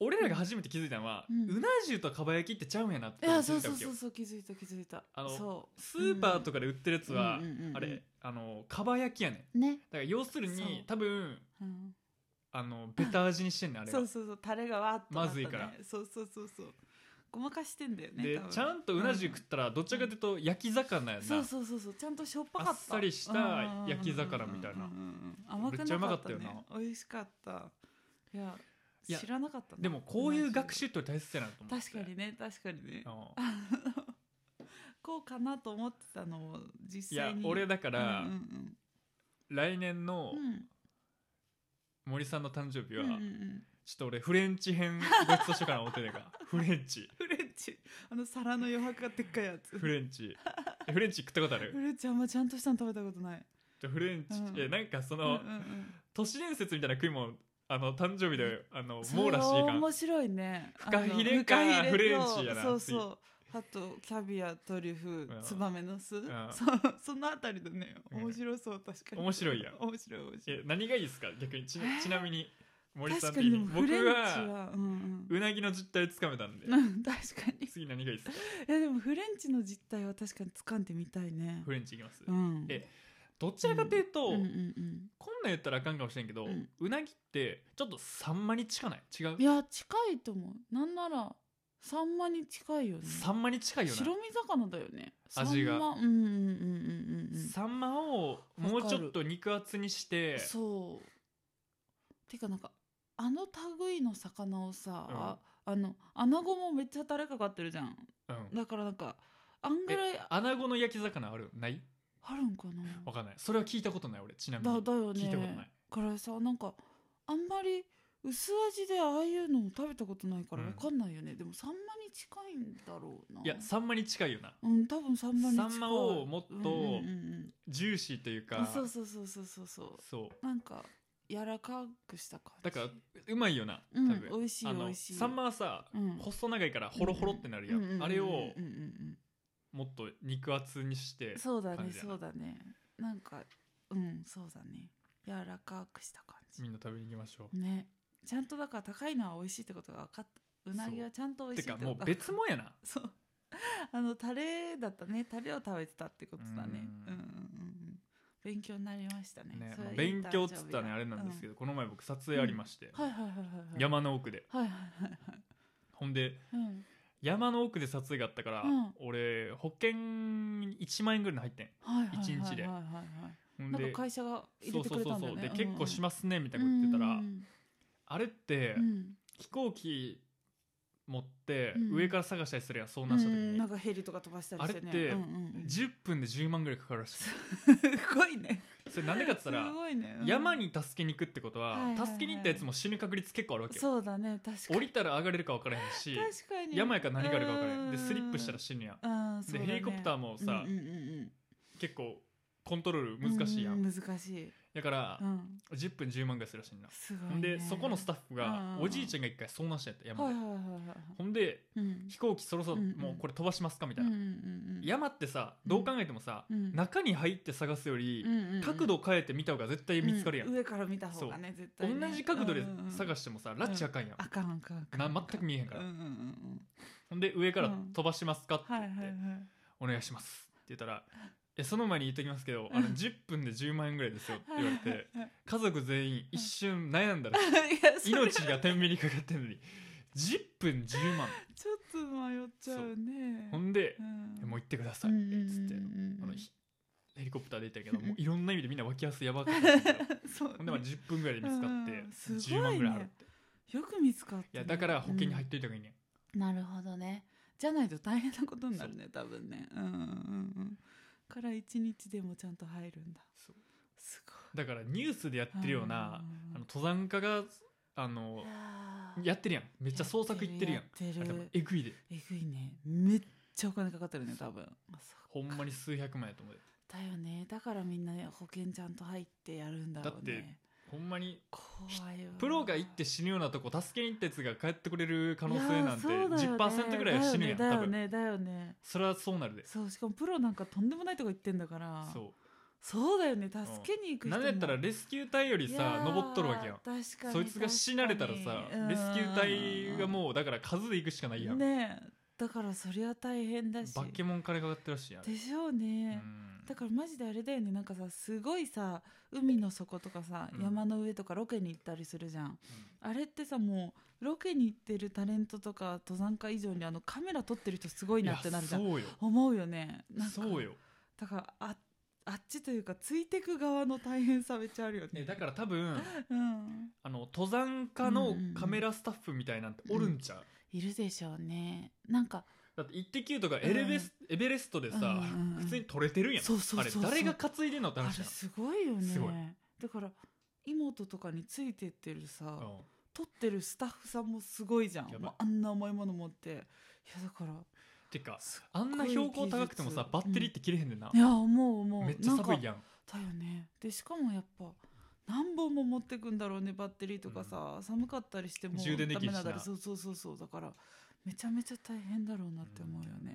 Speaker 1: 俺らが初めて気づいたのは、
Speaker 2: う
Speaker 1: うんな重とかば焼きってちゃうんやなって気づい
Speaker 2: い
Speaker 1: た
Speaker 2: や
Speaker 1: わけ
Speaker 2: そ
Speaker 1: よ
Speaker 2: うそうそうそう気づいた気づいた
Speaker 1: あの
Speaker 2: そ
Speaker 1: スーパーとかで売ってるやつ
Speaker 2: う
Speaker 1: は、
Speaker 2: うんうんうんうん
Speaker 1: あれあのかば焼きやねんだ
Speaker 2: ね
Speaker 1: から要する
Speaker 2: そう
Speaker 1: に多分
Speaker 2: うん
Speaker 1: あのベタ味にしてんねんあれが
Speaker 2: そうそうそうタレがわーっとなった、ね、
Speaker 1: まずいから
Speaker 2: そうそうそうそうごまかしてんだよね
Speaker 1: で
Speaker 2: 多分
Speaker 1: ちゃんとうな重食ったらどっちらかというと焼き魚やんな、
Speaker 2: そうそうそうそうちゃんとしょっぱかった
Speaker 1: あっさりした焼き魚みたいな
Speaker 2: うんうんうんうん甘く
Speaker 1: めっちゃ
Speaker 2: な
Speaker 1: うま
Speaker 2: か
Speaker 1: か
Speaker 2: っ
Speaker 1: ったた
Speaker 2: ね
Speaker 1: よ
Speaker 2: 美味しかったいや
Speaker 1: いや
Speaker 2: 知らなかったな
Speaker 1: でもこういう学
Speaker 2: う
Speaker 1: 習って大切やなと思
Speaker 2: な
Speaker 1: っ
Speaker 2: 重
Speaker 1: て
Speaker 2: 確かにね確かにね
Speaker 1: うん
Speaker 2: こうかなと思ってたのを
Speaker 1: い
Speaker 2: 実
Speaker 1: や
Speaker 2: 際に
Speaker 1: 俺だから、
Speaker 2: うんうん
Speaker 1: 来年の
Speaker 2: うんうん
Speaker 1: 森さんの誕生日は、
Speaker 2: うんうんうん
Speaker 1: ちょっと俺フレンチ編別としようかな思ってんね んからフレンチ
Speaker 2: フレンチあの皿の余白がでっかいやつ
Speaker 1: フレンチえフレンチ食ったことあ
Speaker 2: フ
Speaker 1: る
Speaker 2: レンチあんまちゃんとしたの食べたことない
Speaker 1: じゃフレンチ、
Speaker 2: うん
Speaker 1: えなんかそ
Speaker 2: うんうん
Speaker 1: の、
Speaker 2: うん
Speaker 1: 都市伝説みたいな食い物あの誕生日であの
Speaker 2: それ
Speaker 1: 網羅していいかん
Speaker 2: 面白いね
Speaker 1: フカヒレか
Speaker 2: あのフカヒレと
Speaker 1: フレンチやな
Speaker 2: そうそうあとキャビアトリュフ
Speaker 1: うん
Speaker 2: ツバメの巣、
Speaker 1: ん
Speaker 2: そうそのあたりだね
Speaker 1: うん
Speaker 2: 面白そう確かに
Speaker 1: 面白いやん
Speaker 2: 面白い面白い
Speaker 1: え何がいいですか逆にちな
Speaker 2: えー
Speaker 1: ちなみに森さん
Speaker 2: 確か
Speaker 1: 的
Speaker 2: にで
Speaker 1: に
Speaker 2: もフ
Speaker 1: 僕
Speaker 2: レンチ
Speaker 1: は
Speaker 2: は、うんうん
Speaker 1: うなぎの実態つかめたんで
Speaker 2: うん、 確かに
Speaker 1: 次何がいい ですか
Speaker 2: えでもフレンチの実態は確かに掴んでみたいね
Speaker 1: フレンチいきます、
Speaker 2: うん
Speaker 1: えどちらかというと、
Speaker 2: うんう
Speaker 1: こ
Speaker 2: ん
Speaker 1: んなん言ったらあかんかもしれんけど、
Speaker 2: う
Speaker 1: うんなぎってちょっとサンマに近ない違う
Speaker 2: うんいや近いと思うなんならサンマに近いよね
Speaker 1: サンマに近いよな
Speaker 2: 白身魚だよね
Speaker 1: 味が
Speaker 2: サンマうんうんうんうんうんうん
Speaker 1: サンマをもうちょっと肉厚にして
Speaker 2: そうてかなんかあの類の魚をさ、あの穴子もめっちゃタレかかってるじゃん
Speaker 1: うん
Speaker 2: だからなんかあんぐらい
Speaker 1: え穴子の焼き魚あるない
Speaker 2: あるんか
Speaker 1: わかんないそれは聞いたことない俺ちなみ
Speaker 2: なだ
Speaker 1: に
Speaker 2: だよね
Speaker 1: 聞いたことない
Speaker 2: からさなんかあんまり薄味でああいうのを食べたことないから
Speaker 1: うん
Speaker 2: わかんないよね、でもサンマに近いんだろうない
Speaker 1: いやサンマに近いよな
Speaker 2: うん多分サンマに近い
Speaker 1: サンマをもっと
Speaker 2: うんうんうんうん
Speaker 1: ジューシーというか
Speaker 2: あそうそうそうそうそうそ
Speaker 1: そう
Speaker 2: うなんか柔らかくした感じ
Speaker 1: だからうまいよな多
Speaker 2: うん
Speaker 1: 分、
Speaker 2: 美味しい
Speaker 1: あ
Speaker 2: 美
Speaker 1: の
Speaker 2: 味しい
Speaker 1: サンマはさ、
Speaker 2: うん
Speaker 1: 細長いからホロホロってなるやん,、
Speaker 2: うんうんうんうん
Speaker 1: あれを
Speaker 2: うんうん
Speaker 1: もっと肉厚にして
Speaker 2: うんそうだ
Speaker 1: 感
Speaker 2: ね
Speaker 1: じやな
Speaker 2: そうだねなんかうんそうだね柔らかくした感じ
Speaker 1: みんな食べに行きましょう、
Speaker 2: ねちゃんとだから高いのは美味しいってことが分かったうなぎはちゃんと美味
Speaker 1: て
Speaker 2: しいって
Speaker 1: か
Speaker 2: こと
Speaker 1: もう別もんやな
Speaker 2: そうあのタレだったねタレを食べてたってことだね
Speaker 1: う
Speaker 2: う
Speaker 1: んん
Speaker 2: うんうん勉強になりま したね
Speaker 1: ね
Speaker 2: それ
Speaker 1: まあ
Speaker 2: いい
Speaker 1: 勉強っつったら
Speaker 2: 誕生日
Speaker 1: ね
Speaker 2: だ
Speaker 1: あれなんですけ
Speaker 2: う
Speaker 1: ど、この前僕撮影ありまして、
Speaker 2: んはいはいはいはいはい
Speaker 1: 山の奥で
Speaker 2: はいはいはい
Speaker 1: ほんで
Speaker 2: うん
Speaker 1: 山の奥で撮影があったから、
Speaker 2: うん
Speaker 1: 俺保険1万円ぐらいの入ってん
Speaker 2: はいはい
Speaker 1: 一日で
Speaker 2: はいはいはいはい
Speaker 1: ほん
Speaker 2: なん
Speaker 1: で
Speaker 2: か会社が入れてくれたんだよね
Speaker 1: で結構し
Speaker 2: まっ
Speaker 1: ますねみたいなこと言ってたら、
Speaker 2: うん
Speaker 1: あれって、
Speaker 2: うんうん
Speaker 1: 飛行機持って
Speaker 2: うん
Speaker 1: 上から探したりするやん遭
Speaker 2: う
Speaker 1: 難した時
Speaker 2: ん
Speaker 1: に、
Speaker 2: なんかヘリとか飛ばしたりしてね
Speaker 1: あれって
Speaker 2: うんうんうんす
Speaker 1: 10分で10万ぐらいかかるらしい
Speaker 2: ごいね
Speaker 1: それなんでかっつ
Speaker 2: す
Speaker 1: ったら
Speaker 2: ごいねうん
Speaker 1: 山に助けに行くってことは,、
Speaker 2: はいはいはい
Speaker 1: 助けに行ったやつも死ぬ確率結構あるわけよ
Speaker 2: そうだね確
Speaker 1: 降
Speaker 2: かに
Speaker 1: りたら上がれるか分からへんし
Speaker 2: 確かに
Speaker 1: 山やから何があるか分からへんでスリップしたら
Speaker 2: し
Speaker 1: 死ぬやんで
Speaker 2: で
Speaker 1: ヘリコプターもさ
Speaker 2: うんうんうんうん
Speaker 1: 結構コントロール難しいやん、
Speaker 2: う難しい、
Speaker 1: だから
Speaker 2: う、ん、
Speaker 1: 10分10万ぐらいするらしいな、
Speaker 2: すご
Speaker 1: ほ
Speaker 2: い、
Speaker 1: ん
Speaker 2: ね、
Speaker 1: でそこのスタッフが、
Speaker 2: うん
Speaker 1: おじいちゃんが一回遭難したんやった山
Speaker 2: はい
Speaker 1: で、
Speaker 2: はいはいはいはい
Speaker 1: ほんで
Speaker 2: うん
Speaker 1: 飛行機そろそろ
Speaker 2: うんうん
Speaker 1: もうこれ飛ばしますかみた
Speaker 2: う
Speaker 1: い
Speaker 2: ん
Speaker 1: な、
Speaker 2: うんうんうん
Speaker 1: 山ってさどう考えてもさ、
Speaker 2: うん
Speaker 1: 中に入って探すより、
Speaker 2: うんうんうん
Speaker 1: 角度変えて見た方が絶対見つかるやん、
Speaker 2: う上から見た方がね絶対ね、
Speaker 1: 同じ角度で探
Speaker 2: し
Speaker 1: してもさ、拉致あかんやん、
Speaker 2: あかんあかんあかん
Speaker 1: な全く見えへんから、
Speaker 2: うんうんうんうん
Speaker 1: ほんで上から
Speaker 2: うん
Speaker 1: 飛ばしますかって
Speaker 2: は
Speaker 1: 言
Speaker 2: い
Speaker 1: っ
Speaker 2: はいはい
Speaker 1: て「お願いします」って言ったら「えその前に言っときますけどあの10分で10万円ぐらいですよ」って言われて家族全員一瞬悩んだらしい
Speaker 2: はいはいいやそれ
Speaker 1: 命が天秤にかかってんのに10分10万
Speaker 2: ちょっと迷っちゃうね
Speaker 1: ほんで「
Speaker 2: ん
Speaker 1: もう行ってくださ
Speaker 2: う
Speaker 1: い」
Speaker 2: ん
Speaker 1: っ
Speaker 2: うんうんうん
Speaker 1: つってあのひヘリコプターで行ったけどもういろんな意味でみんな脇汗やばかったんだけど
Speaker 2: そうね
Speaker 1: ほんでまあ10分ぐらいで見つか
Speaker 2: うん
Speaker 1: って
Speaker 2: すごいね
Speaker 1: 10万ぐらい払って
Speaker 2: よく見つかったね、
Speaker 1: いやだから保険に入
Speaker 2: っ
Speaker 1: っといた方がいいね
Speaker 2: なるほどねじゃないと大変なことになるね多分ねうんうんうんうんから一日でもちゃんと入るんだ
Speaker 1: そう
Speaker 2: す
Speaker 1: だからニュースでや
Speaker 2: ごい
Speaker 1: ってるようなあの登山家があの
Speaker 2: の
Speaker 1: やってるやんめっちゃ捜索行ってるやん
Speaker 2: って
Speaker 1: あ
Speaker 2: る
Speaker 1: でも
Speaker 2: やってる
Speaker 1: えぐいで
Speaker 2: えぐいねめっちゃお金かかってるね多分あそ
Speaker 1: ほ
Speaker 2: う
Speaker 1: んまに数百万やと思うで
Speaker 2: だよねだからみんな保険ちゃんと入ってやるんだろう
Speaker 1: だって
Speaker 2: ね
Speaker 1: ほんまに
Speaker 2: 怖いわ
Speaker 1: プロが行って死ぬようなとこ助けに行ったやつが帰ってくれる可能
Speaker 2: い
Speaker 1: 性
Speaker 2: や
Speaker 1: なんて
Speaker 2: そうだよね
Speaker 1: 10%ぐらいは死ぬやん
Speaker 2: だ
Speaker 1: 多
Speaker 2: よ
Speaker 1: 分
Speaker 2: ねだよねだよね
Speaker 1: それはそうなるで
Speaker 2: そうしかもプロなんかとんでもないとこ行ってんだから
Speaker 1: そ
Speaker 2: そうだよね助けに行く
Speaker 1: う
Speaker 2: 人
Speaker 1: な
Speaker 2: も
Speaker 1: んやったらレスキュー隊より
Speaker 2: いや
Speaker 1: さ
Speaker 2: ー
Speaker 1: 登っとるわけやん
Speaker 2: 確かに確かに
Speaker 1: そいつが死なれたらさレスキュー隊がもうだから数で行くしかないやん
Speaker 2: ねえだからそりゃ大変だし
Speaker 1: バケモン金かかってるらしいやん
Speaker 2: でしょう
Speaker 1: う
Speaker 2: ね、
Speaker 1: ん
Speaker 2: だからマジであれだよねなんかさすごいさ海の底とかさ、
Speaker 1: うん
Speaker 2: 山の上とかロケに行ったりするじゃんあれってさもうロケに行ってるタレントとか登山家以上にあのカメラ撮ってる人すごい
Speaker 1: い
Speaker 2: な
Speaker 1: や
Speaker 2: ってなるじゃん
Speaker 1: そうよ
Speaker 2: 思うよねなんか
Speaker 1: そうよ
Speaker 2: だからああっちというかついてく側の大変さめっちゃあるよね
Speaker 1: えだから多分
Speaker 2: うん
Speaker 1: あの登山家のカメラスタッフみたいなんておるんちゃう、
Speaker 2: いるでしょうねなんか
Speaker 1: だって「イッテ Q!」とかエレベス、エベレストでさ、
Speaker 2: うんうんうん
Speaker 1: 普通に撮れてるやん
Speaker 2: そうそうそうそう
Speaker 1: あれ誰が担いでんのって
Speaker 2: あれ
Speaker 1: 話やん
Speaker 2: すごいよね
Speaker 1: すごい
Speaker 2: だから妹とかについてってるさ、
Speaker 1: うん
Speaker 2: 撮ってるスタッフさんもすごいじゃん
Speaker 1: やばい
Speaker 2: もうあんな重いもの持っていやだから
Speaker 1: てか
Speaker 2: すっ
Speaker 1: あんな標高高くてもさ
Speaker 2: こう
Speaker 1: バ
Speaker 2: いう技術、
Speaker 1: ッテリーって切れへんねんない
Speaker 2: や思う思う
Speaker 1: めっちゃ寒
Speaker 2: な
Speaker 1: い
Speaker 2: んか
Speaker 1: やん
Speaker 2: だよねでしかもやっぱ何本も持ってくんだろうねバッテリーとかさ、寒かったりしても
Speaker 1: 充電できるしな
Speaker 2: ダメなんだそうそうそうそうだからめちゃめちゃ大変だろうなって思うよね、うん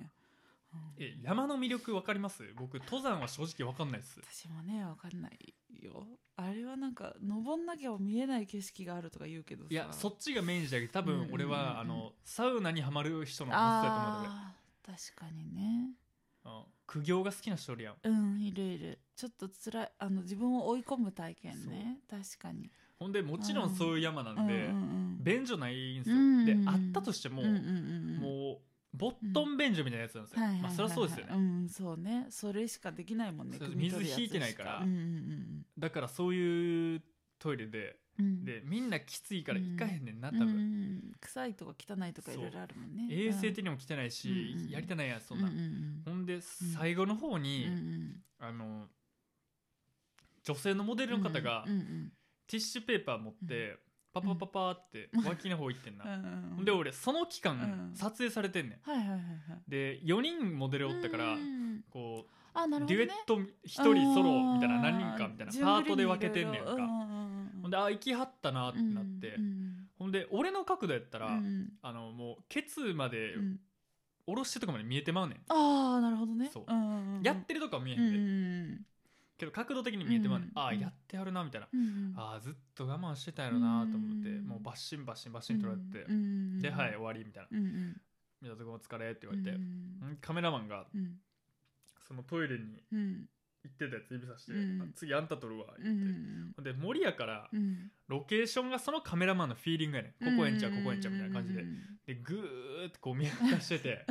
Speaker 1: え山の魅力わかります僕登山は正直わかんないです
Speaker 2: 私もねわかんないよあれはなんか登んなきゃ見えない景色があるとか言うけどさ
Speaker 1: いやそっちがメインじゃなくて多
Speaker 2: うんうん
Speaker 1: 分
Speaker 2: うんうん
Speaker 1: 俺は、あのサウナにはまる人の発想やと思うんだ
Speaker 2: あー確かにね
Speaker 1: けどうん苦行が好きな人おるやん
Speaker 2: うんいるいるちょっと辛いあの自分を追い込む体験ね確かに
Speaker 1: ほんでもちろんそういう山なんで、
Speaker 2: うんうん
Speaker 1: 便所ないんですよ、
Speaker 2: うんうんうん
Speaker 1: であったとしても、
Speaker 2: うんうんうんうん
Speaker 1: もうボットン便所みたいなやつなんですよ、
Speaker 2: はいはいはい
Speaker 1: まあそ
Speaker 2: はい
Speaker 1: りゃそうですよね、
Speaker 2: うんそうねそれしかできないもんね
Speaker 1: そう
Speaker 2: 汲み取るや
Speaker 1: 水
Speaker 2: つ
Speaker 1: 引いてないから
Speaker 2: しうんうん
Speaker 1: だからそういうトイレで
Speaker 2: うんうん
Speaker 1: でみんなきついから行かへんねんな、
Speaker 2: うん
Speaker 1: 多
Speaker 2: うんう
Speaker 1: 分、
Speaker 2: ん臭いとか汚いとかいろいろあるもんね
Speaker 1: 衛生
Speaker 2: に
Speaker 1: 的にも来てないし、
Speaker 2: うんうん
Speaker 1: やりたないやんそんな、
Speaker 2: うんうん
Speaker 1: ほんで最後の方
Speaker 2: うん
Speaker 1: に、
Speaker 2: うん
Speaker 1: あの女性のモデルの方が
Speaker 2: うんうん
Speaker 1: ティッシュペーパー持って、パパパパって脇の方行ってんな、
Speaker 2: うんうん
Speaker 1: ほんで俺その期間
Speaker 2: うん
Speaker 1: 撮影されてんねん
Speaker 2: はいはいはいはい
Speaker 1: で4人モデルおったから、
Speaker 2: うんうん
Speaker 1: こう
Speaker 2: あなるほ
Speaker 1: デ
Speaker 2: ど
Speaker 1: ュエッ
Speaker 2: ね
Speaker 1: ト1人ソロみたい
Speaker 2: あ
Speaker 1: な
Speaker 2: ー
Speaker 1: 何人かみたいな
Speaker 2: 順
Speaker 1: パー
Speaker 2: 繰り
Speaker 1: ト
Speaker 2: に
Speaker 1: で分けてんねん
Speaker 2: いろいろう
Speaker 1: か
Speaker 2: うん
Speaker 1: ほんであ行きはったなってなって、
Speaker 2: うんうん
Speaker 1: ほんで俺の角度やったら、
Speaker 2: うんうん
Speaker 1: あのもうケツまで
Speaker 2: うん
Speaker 1: 下ろしてとかまで見えてまうねん、
Speaker 2: ああなるほどね
Speaker 1: そう
Speaker 2: うんうんうん
Speaker 1: やってるとこは見えへ
Speaker 2: うんん
Speaker 1: で、
Speaker 2: うん
Speaker 1: けど角度的に見えてまうねん、
Speaker 2: うん
Speaker 1: ああやってやるなみたいな、
Speaker 2: うんうん
Speaker 1: ああずっと我慢してたんやろなと思って、
Speaker 2: うん
Speaker 1: もうバッシンバッシンバッシン取られて、
Speaker 2: うんうんうん
Speaker 1: ではい終わりみたいな
Speaker 2: うんうん
Speaker 1: 「みなとくんお疲れ」って言われて
Speaker 2: う、ん
Speaker 1: んカメラマンが
Speaker 2: うん
Speaker 1: そのトイレに
Speaker 2: うん
Speaker 1: 行ってたやつ指さして「
Speaker 2: うん
Speaker 1: あ次あんた撮るわ」って
Speaker 2: う
Speaker 1: 言って、
Speaker 2: ん
Speaker 1: ほんで森やから
Speaker 2: うん
Speaker 1: ロケーションがそのカメラマンのフィーリングやねんここえんちゃうここえんちゃうみたいな感じででグーってこう見渡して て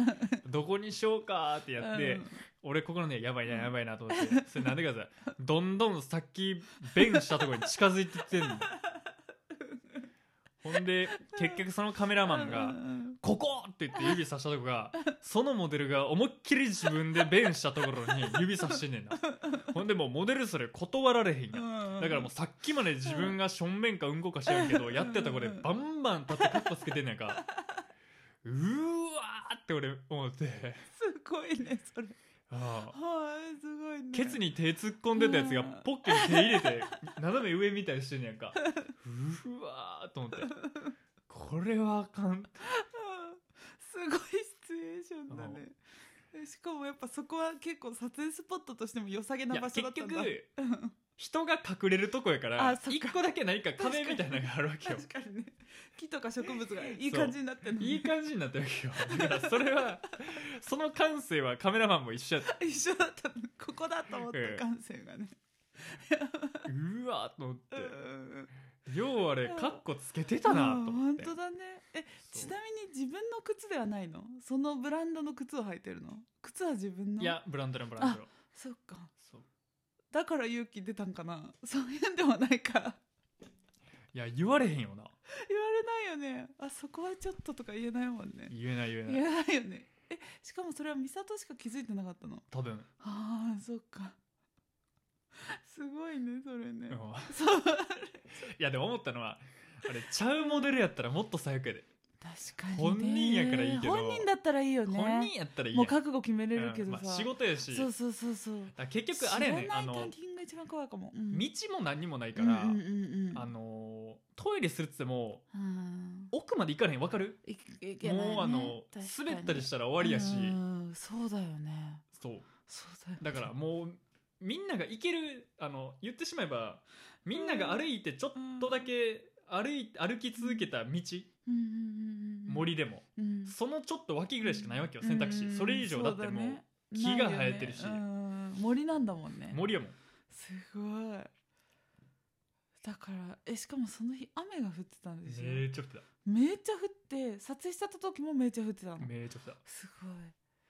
Speaker 1: どこにしようかってやって、俺ここのねやばいなやばいなと思ってそれなんでかさどんどんさっき弁したところに近づいてってん のほんで結局そのカメラ
Speaker 2: カ
Speaker 1: マンが「ここ!」って言って指さしたとこがそのモデルが思いっきり自分で弁したところに指さしてんねんなほんでもうモデルそれ断られへんやんだからもうさっきまで自分が正面かうんこか知らんけどやってたとこでバンバン立ってカッコつけてんねんかうーわーって俺思って
Speaker 2: すごいねそれ
Speaker 1: ああ
Speaker 2: はいすごいね
Speaker 1: ケツに手突っ込んでたやつがポッケに手入れて斜め上みたいにしてんねやんかうわーと思ってこれはあかん
Speaker 2: うんすごいシチュエーションだねえしかもやっぱそこは結構撮影スポットとしても良さげ
Speaker 1: い
Speaker 2: な
Speaker 1: や
Speaker 2: 場所
Speaker 1: 結
Speaker 2: だったんだ
Speaker 1: 局人が隠れるとこやから
Speaker 2: あそっか
Speaker 1: 一個だけ何か壁みたいなのがあるわけよ
Speaker 2: 確かにね木とか植物がいい感じになってるのね
Speaker 1: いい感じになってるわけよだからそれはその感性はカメラマンも一緒やった
Speaker 2: 一緒だったのここだと思った感性がね
Speaker 1: うわーと思って
Speaker 2: うんうんうん
Speaker 1: ようあれカッコつけてたなと思って
Speaker 2: うん本当だねえ
Speaker 1: そう
Speaker 2: ちなみに自分の靴ではないのそのブランドの靴を履いてるの靴は自分の
Speaker 1: いやブランドのブランドの
Speaker 2: そっか
Speaker 1: そう
Speaker 2: だから勇気出たんかなそういうんではないか
Speaker 1: いや言われへんよな
Speaker 2: 言われないよねあそこはちょっととか言えないもんね
Speaker 1: 言えない言えない
Speaker 2: 言えないよねえしかもそれは美里しか気づいてなかったの
Speaker 1: 多分、
Speaker 2: ああそっかすごいねそれ
Speaker 1: う
Speaker 2: ね
Speaker 1: ん、
Speaker 2: そう
Speaker 1: いやでも思ったのはあれちゃうモデルやったらもっと最悪やで、
Speaker 2: 確かにね
Speaker 1: 本人やからいいけど
Speaker 2: 本人だったらいいよね
Speaker 1: 本人やったらいいやん
Speaker 2: もう覚悟決めれるけどさ、
Speaker 1: うんまあ、仕事やし
Speaker 2: そうそうそうそう
Speaker 1: だから結局あれやね
Speaker 2: 知
Speaker 1: ん
Speaker 2: らな
Speaker 1: あ
Speaker 2: い
Speaker 1: の
Speaker 2: タイミングが一番怖いかも、うん、
Speaker 1: 道も何にもないから、
Speaker 2: うんうんうんうん
Speaker 1: あのトイレするっつっても
Speaker 2: うん
Speaker 1: 奥まで行かれへんわかる
Speaker 2: いいけないね
Speaker 1: もうあの
Speaker 2: 確かに
Speaker 1: 滑ったりしたら終わりやし、
Speaker 2: うんそうだよね
Speaker 1: そう
Speaker 2: そうだよね
Speaker 1: だからもうみんなが行けるあの言ってしまえばみんなが歩いてちょっとだけ歩い歩き続けた道
Speaker 2: うんうんうんうん、
Speaker 1: 森でも
Speaker 2: うん
Speaker 1: そのちょっと脇ぐらいしかないわけよ選択肢それ以上だってもう木が生えてるし
Speaker 2: そうだねうん森なんだもんね
Speaker 1: 森やもん
Speaker 2: すごいだからえしかもその日雨が降ってたんでしょ、
Speaker 1: めちゃ降って
Speaker 2: めっちゃ降って撮影した時もめっちゃ降ってたの
Speaker 1: ためちゃ降ってた
Speaker 2: すごい。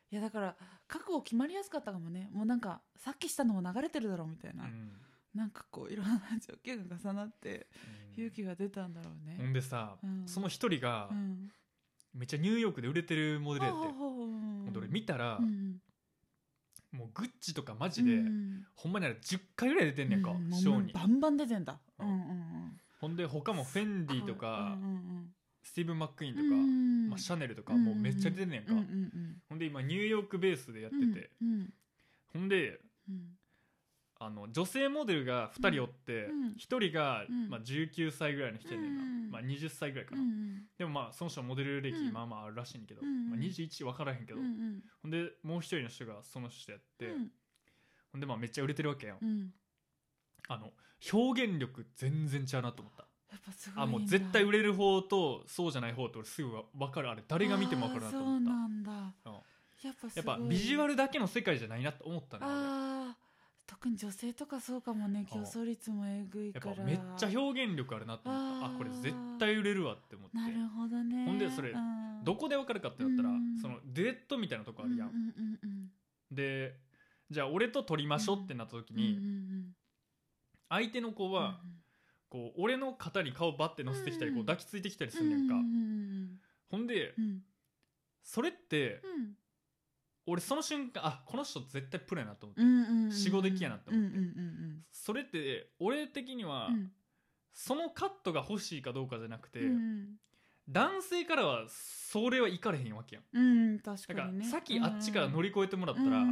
Speaker 2: いやだから覚悟決まりやすかったかもねもうなんかさっきしたのも流れてるだろうみたいな、
Speaker 1: うん
Speaker 2: なんかこういろんな条件が重なって
Speaker 1: うん
Speaker 2: 勇気が出たんだろう
Speaker 1: ほ
Speaker 2: ね。
Speaker 1: んでさ
Speaker 2: うん
Speaker 1: その一人が
Speaker 2: うん、
Speaker 1: めっちゃニューヨークで売れてるモデルやって
Speaker 2: ほうほうほ
Speaker 1: ほ
Speaker 2: う
Speaker 1: んで俺見たら
Speaker 2: うん
Speaker 1: もうグッチとかマジで
Speaker 2: うん
Speaker 1: ほんまにあれ10回ぐらい出てんねんか
Speaker 2: うもう
Speaker 1: ショーに
Speaker 2: バンバン出てんだ。
Speaker 1: う
Speaker 2: うんんうんうん
Speaker 1: ほんで他もフェンディとか
Speaker 2: うんうん
Speaker 1: スティーブン・マックイーンと
Speaker 2: う
Speaker 1: か、
Speaker 2: ん
Speaker 1: まあ、シャネルとかもうめっちゃ出てんねんか、
Speaker 2: うんうんうん
Speaker 1: ほんで今ニューヨークベースでやってて、
Speaker 2: うんうん
Speaker 1: ほんで
Speaker 2: うん
Speaker 1: あの女性モデルが2人おって、
Speaker 2: うん
Speaker 1: 一1人が、
Speaker 2: うん
Speaker 1: まあ、19歳ぐらいの人やねんな、
Speaker 2: うん
Speaker 1: まあ、20歳ぐらいか
Speaker 2: う
Speaker 1: な、
Speaker 2: ん
Speaker 1: でもまあその人はモデル歴
Speaker 2: うん
Speaker 1: まあまああるらしいんだけど、
Speaker 2: うん
Speaker 1: まあ、21分からへんけど、
Speaker 2: うんうん
Speaker 1: ほんでもう一人の人がその人やって、
Speaker 2: うん
Speaker 1: ほんでまあめっちゃ売れてるわけやん、
Speaker 2: うん
Speaker 1: あの表現力全然ちゃうなと思った
Speaker 2: やっぱすごいんだ
Speaker 1: あもう絶対売れる方とそうじゃない方と俺すぐ分かるあれ誰が見ても分かるなと思っ
Speaker 2: あー
Speaker 1: た
Speaker 2: そうなんだやっぱす
Speaker 1: やっ
Speaker 2: ごい
Speaker 1: ぱビジュアルだけの世界じゃないなと思ったね俺
Speaker 2: あー特に女性とかそうかもね競争率もえぐい
Speaker 1: や
Speaker 2: から
Speaker 1: っぱめっちゃ表現力あるなと思ったあ
Speaker 2: あー
Speaker 1: これ絶対売れるわって思って
Speaker 2: なるほどね
Speaker 1: ほんでそれ
Speaker 2: うん
Speaker 1: どこで分かるかってなったら、
Speaker 2: うん
Speaker 1: そのデュエットみたいなとこあるやん、
Speaker 2: うんうんうん
Speaker 1: でじゃあ俺と撮りましょうってなった時
Speaker 2: うんうん
Speaker 1: に、
Speaker 2: うん
Speaker 1: 相手の子
Speaker 2: うん
Speaker 1: はこう俺の肩に顔バッて乗せてきたりこ
Speaker 2: う
Speaker 1: うん抱きついてきたりすんねんか、
Speaker 2: うんうん
Speaker 1: ほんで
Speaker 2: うんうん
Speaker 1: それって
Speaker 2: うん
Speaker 1: 俺その瞬間あこの人絶対プロやなと思って、
Speaker 2: うんうんうん
Speaker 1: 死後できやなって思って
Speaker 2: うんうんうん
Speaker 1: それって俺的には、
Speaker 2: うん
Speaker 1: そのカットが欲しいかどうかじゃなくて、
Speaker 2: うん
Speaker 1: 男性からはそれはいかれへんわけやん
Speaker 2: うん確
Speaker 1: だ
Speaker 2: か
Speaker 1: か
Speaker 2: に
Speaker 1: ら
Speaker 2: ね
Speaker 1: さっきあっちから乗
Speaker 2: り
Speaker 1: り越えてもら
Speaker 2: だ
Speaker 1: ったら、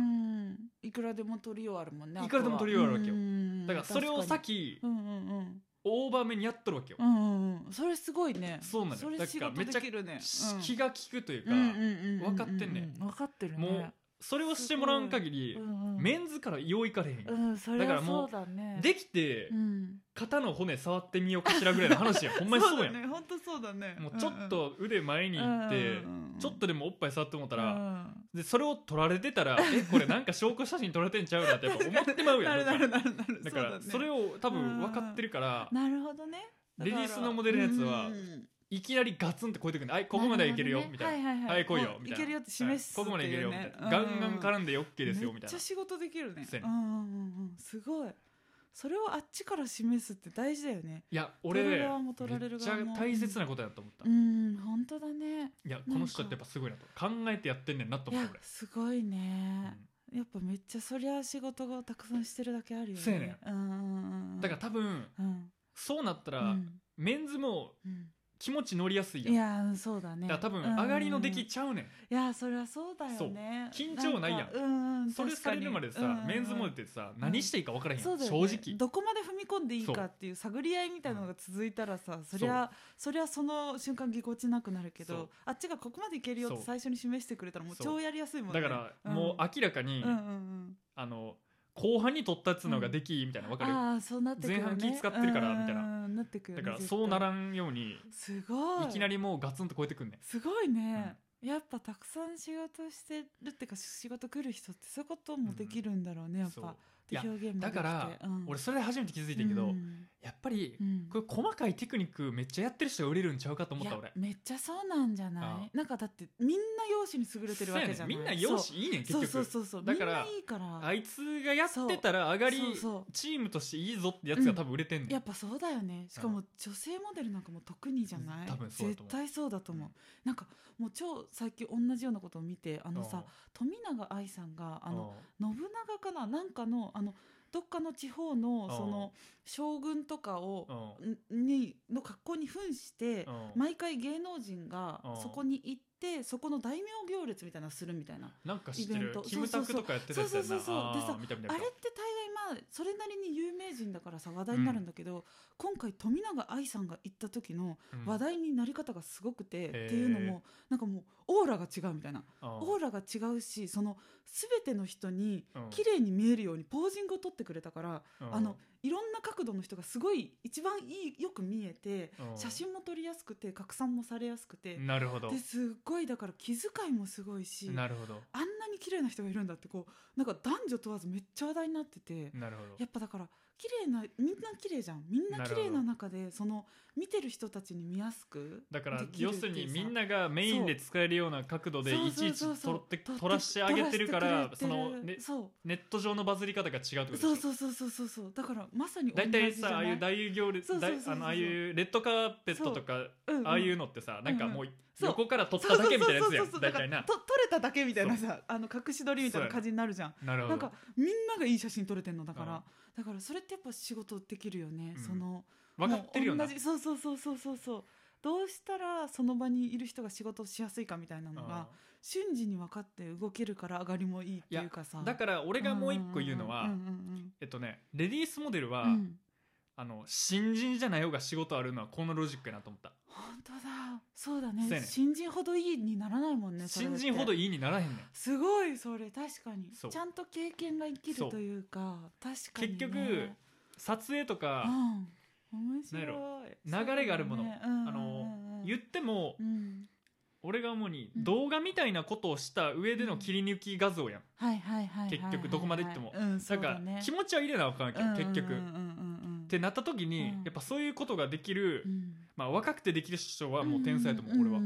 Speaker 2: いくらでも取りようあるもんね
Speaker 1: いくらでも取りようあるわけよ
Speaker 2: よ
Speaker 1: だからそれをさっ
Speaker 2: き
Speaker 1: き
Speaker 2: うんうんうん
Speaker 1: オーバーめにやっとるわけよ
Speaker 2: う、んうんうんそれすごいね
Speaker 1: そうなのよ
Speaker 2: それ仕
Speaker 1: だからめ
Speaker 2: 事
Speaker 1: っちゃ
Speaker 2: できるねうん
Speaker 1: 気が利くというか、
Speaker 2: 分
Speaker 1: 分かってんねん
Speaker 2: 分かってるね
Speaker 1: もうそれをしてもらう限り、
Speaker 2: うんうん
Speaker 1: メンズからよいかれへんよ、
Speaker 2: うんそれ
Speaker 1: だか
Speaker 2: は
Speaker 1: らも
Speaker 2: そううだね
Speaker 1: できて、
Speaker 2: うん
Speaker 1: 肩の骨触ってみようかしらぐらいの話やんほんまにそうやん
Speaker 2: だね本当 そうだね
Speaker 1: もうちょっと腕前に行って、ちょっ
Speaker 2: と
Speaker 1: とでもおっぱい触ってもった、
Speaker 2: から
Speaker 1: でそれを撮られてた らえこれなんか証拠写真撮られてんちゃうなってやっぱ思ってまうや
Speaker 2: なんるなるなるなる
Speaker 1: だから
Speaker 2: うだね
Speaker 1: それを多分分かってるから、
Speaker 2: なるほどねだから
Speaker 1: レディースのモデルのやつは
Speaker 2: うん
Speaker 1: いきなりガツンってこういう時に「あいここまではいけるよ」みたいな
Speaker 2: なるほど
Speaker 1: 「
Speaker 2: ね
Speaker 1: はい来いよ
Speaker 2: も」う
Speaker 1: みたいな「
Speaker 2: いけるよって示す
Speaker 1: はいここまでいけるよ」みたいな「ガンガン絡
Speaker 2: ら
Speaker 1: んで OK ですよ」みたい
Speaker 2: めっ
Speaker 1: な
Speaker 2: ちゃ仕事できるね
Speaker 1: そうや
Speaker 2: う
Speaker 1: ね
Speaker 2: んうんうんうんすごいそれをあっちから示すって大事だよね
Speaker 1: いや
Speaker 2: 取
Speaker 1: 俺
Speaker 2: られ
Speaker 1: め
Speaker 2: る側も取られ
Speaker 1: っ
Speaker 2: る
Speaker 1: ち
Speaker 2: 側
Speaker 1: ゃ
Speaker 2: も
Speaker 1: 大切なことやと思った、
Speaker 2: う
Speaker 1: い
Speaker 2: ん本当だね
Speaker 1: やこの人ってやっぱすごいなと考えてやってんねんなと
Speaker 2: い
Speaker 1: 思っ
Speaker 2: や
Speaker 1: た俺
Speaker 2: すごいね、やっぱめっちゃそりゃ仕事がたくさんしてるだけあるよね
Speaker 1: そうやね
Speaker 2: うんうんうん
Speaker 1: だから多分
Speaker 2: うん
Speaker 1: そうなったら、
Speaker 2: うん
Speaker 1: メンズも
Speaker 2: うん
Speaker 1: 気持ち乗りやすいやん
Speaker 2: いやそうだね
Speaker 1: だから多分
Speaker 2: うん
Speaker 1: 上がりの出来ちゃうねん、
Speaker 2: いやそりゃそうだよね
Speaker 1: そう緊張ないやん
Speaker 2: かうんうん
Speaker 1: それ
Speaker 2: 確
Speaker 1: さ
Speaker 2: か
Speaker 1: れ
Speaker 2: に
Speaker 1: るまでさ、
Speaker 2: うんうん
Speaker 1: メンズモデルってさ何していいか分からへんやん、
Speaker 2: そうだよ
Speaker 1: 正
Speaker 2: ね
Speaker 1: 直
Speaker 2: どこまで踏み込んでいいかっていう探り合いみたいなのが続いたらさそりゃそりゃその瞬間ぎこちなくなるけ
Speaker 1: そ
Speaker 2: ど
Speaker 1: う
Speaker 2: あっちがここまでいけるよって
Speaker 1: そう
Speaker 2: 最初に示してくれたらもう
Speaker 1: そう
Speaker 2: 超やりやすいもん
Speaker 1: だ
Speaker 2: ね
Speaker 1: から
Speaker 2: ん
Speaker 1: もう明らかに、
Speaker 2: うんうんうん
Speaker 1: あの後半に取ったっつうのができみたいな分かる、
Speaker 2: ああそうなってくるね
Speaker 1: 前半気使ってるからみたいな
Speaker 2: うんうんうんなってくる
Speaker 1: だ
Speaker 2: ね
Speaker 1: から
Speaker 2: 絶対
Speaker 1: そうならんように
Speaker 2: すごい
Speaker 1: いきなりもうガツンと超えてくんねん
Speaker 2: すごいね、やっぱたくさん仕事してるってか仕事来る人ってそういうこともできるんだろうね、やっ
Speaker 1: そう
Speaker 2: ぱで
Speaker 1: いや
Speaker 2: 表現もできて
Speaker 1: だから、
Speaker 2: うん、
Speaker 1: 俺それで初めて気づいたけど、
Speaker 2: うん
Speaker 1: やっぱり
Speaker 2: うん
Speaker 1: これ細かいテクニックめっちゃやってる人が売れるんちゃうかと思った
Speaker 2: いや
Speaker 1: 俺
Speaker 2: めっちゃそうなんじゃないなんかだってみんな容姿に優れてるわけじ
Speaker 1: そ
Speaker 2: ゃ
Speaker 1: うや
Speaker 2: ない
Speaker 1: ねんみんな容姿いいねん結
Speaker 2: そう
Speaker 1: 局
Speaker 2: そうそうそうそう
Speaker 1: だから
Speaker 2: みんないいから
Speaker 1: あいつがやってたら上がり
Speaker 2: そうそう
Speaker 1: チームとしていいぞってやつが多分売れてんねん、
Speaker 2: やっぱそうだよねしか
Speaker 1: う
Speaker 2: も女性モデルなんかもう特にじゃない
Speaker 1: 多分そうだ
Speaker 2: 絶
Speaker 1: と思う
Speaker 2: 対そうだと思う、なんかもう超最近同じようなことを見てあのさ、富永愛さんがあの信長かななんかのあのどっかの地方
Speaker 1: う
Speaker 2: の
Speaker 1: ん
Speaker 2: その将軍とかを
Speaker 1: うんうん
Speaker 2: んにの格好に扮して
Speaker 1: うん
Speaker 2: 毎回芸能人が
Speaker 1: うん
Speaker 2: そこに行ってそこの大名行列みたいなのするみたいな
Speaker 1: なんか知って
Speaker 2: イベン
Speaker 1: る
Speaker 2: ト
Speaker 1: キムタクとかやってたやつやんな
Speaker 2: そうそうそうそう
Speaker 1: あー
Speaker 2: でさ
Speaker 1: 見た見た
Speaker 2: あ
Speaker 1: 見
Speaker 2: れ
Speaker 1: た
Speaker 2: って大概まあそれなりに有名人だからさ話題になるんだけど、今回富永愛さんが行った時の
Speaker 1: うん
Speaker 2: 話題になり方がすごくて、
Speaker 1: ー
Speaker 2: っていうのもなんかもうオーラが違うみたいな
Speaker 1: うん
Speaker 2: オーラが違うしその全ての人に
Speaker 1: うん
Speaker 2: 綺麗に見えるようにポージングを取ってくれたから、
Speaker 1: うん
Speaker 2: あのいろんな角度の人がすごい一番いいよく見えて、
Speaker 1: うん
Speaker 2: 写真も撮りやすくて拡散もされやすくて、
Speaker 1: なるほど
Speaker 2: ですっごいだから気遣いもすごいし
Speaker 1: なるほど
Speaker 2: あんなに綺麗な人がいるんだってこうなんか男女問わずめっちゃ話題になってて、
Speaker 1: なるほど
Speaker 2: やっぱだから綺麗なみんな綺麗じゃんみんな綺麗な中でその見てる人たちに見やすく
Speaker 1: だから
Speaker 2: できる
Speaker 1: 要
Speaker 2: って
Speaker 1: す
Speaker 2: いうさ
Speaker 1: るにみんながメインで使えるような角度で
Speaker 2: そう
Speaker 1: いちいち
Speaker 2: そうそ
Speaker 1: 取
Speaker 2: うそう
Speaker 1: って
Speaker 2: 取って
Speaker 1: 取らしてあげてるか
Speaker 2: 取
Speaker 1: ら
Speaker 2: して
Speaker 1: そ
Speaker 2: くれてる
Speaker 1: のね
Speaker 2: そう
Speaker 1: ネット上のバズり方が違うってことでし
Speaker 2: そ
Speaker 1: ょ
Speaker 2: うそうそうそうそうそうだからまさに同
Speaker 1: 大
Speaker 2: じじゃ
Speaker 1: 体さあ
Speaker 2: ない
Speaker 1: あいう大行
Speaker 2: そう
Speaker 1: 列
Speaker 2: そう
Speaker 1: 大
Speaker 2: そうそう
Speaker 1: あのああいうレッドカーペットとか
Speaker 2: うんうん
Speaker 1: ああいうのってさなんかもう
Speaker 2: そう
Speaker 1: 横から撮っただけみたいなやつやん
Speaker 2: そうそうそうそう
Speaker 1: 大
Speaker 2: だか
Speaker 1: 体
Speaker 2: ら
Speaker 1: な
Speaker 2: と撮れただけみたいなさあの隠し撮りみたいな感じになるじゃん
Speaker 1: なる
Speaker 2: な
Speaker 1: ほ
Speaker 2: ん
Speaker 1: ど
Speaker 2: かみんながいい写真撮れてんのだか
Speaker 1: う
Speaker 2: ら、
Speaker 1: ん
Speaker 2: だからそれってやっぱ仕事できるよね、
Speaker 1: うん
Speaker 2: その
Speaker 1: 分かってるよな
Speaker 2: もう同じそうそうそうそうそうそうどうしたらその場にいる人が仕事をしやすいかみたいなのが瞬時に分かって動けるから上がりもいいっていうかさ
Speaker 1: うんだから俺がもう一個言うのは、
Speaker 2: んんん
Speaker 1: えっとねレディースモデルは、
Speaker 2: うんうん
Speaker 1: あの新人じゃない方が仕事あるのはこのロジックやなと思った、
Speaker 2: 本当だそうだ
Speaker 1: そう
Speaker 2: ね
Speaker 1: やね
Speaker 2: 新人ほどいいにならないもんねそれっ
Speaker 1: 新
Speaker 2: て
Speaker 1: 人ほどいいにならへんねん
Speaker 2: すごいそれ確かに
Speaker 1: そう
Speaker 2: ちゃんと経験が生きるというか確かに、
Speaker 1: 結
Speaker 2: ね、
Speaker 1: 局撮影とか、
Speaker 2: うん、面白い
Speaker 1: なんやろ流れがあるもの
Speaker 2: そうだねうん
Speaker 1: あの
Speaker 2: うんうん
Speaker 1: 言っても、
Speaker 2: うん
Speaker 1: 俺が主に
Speaker 2: うん
Speaker 1: 動画みたいなことをした上での切り抜き画像やん、
Speaker 2: はいはいはいはいはいはい
Speaker 1: 結局どこまで行っても
Speaker 2: うん、
Speaker 1: だから、気持ちは入れなあかんけど、結局、
Speaker 2: うんうん
Speaker 1: っ
Speaker 2: うんうん
Speaker 1: てなった時に、
Speaker 2: うん
Speaker 1: やっぱそういうことができる、
Speaker 2: うん
Speaker 1: まあ若くてできる人はもう天才やと思う、俺は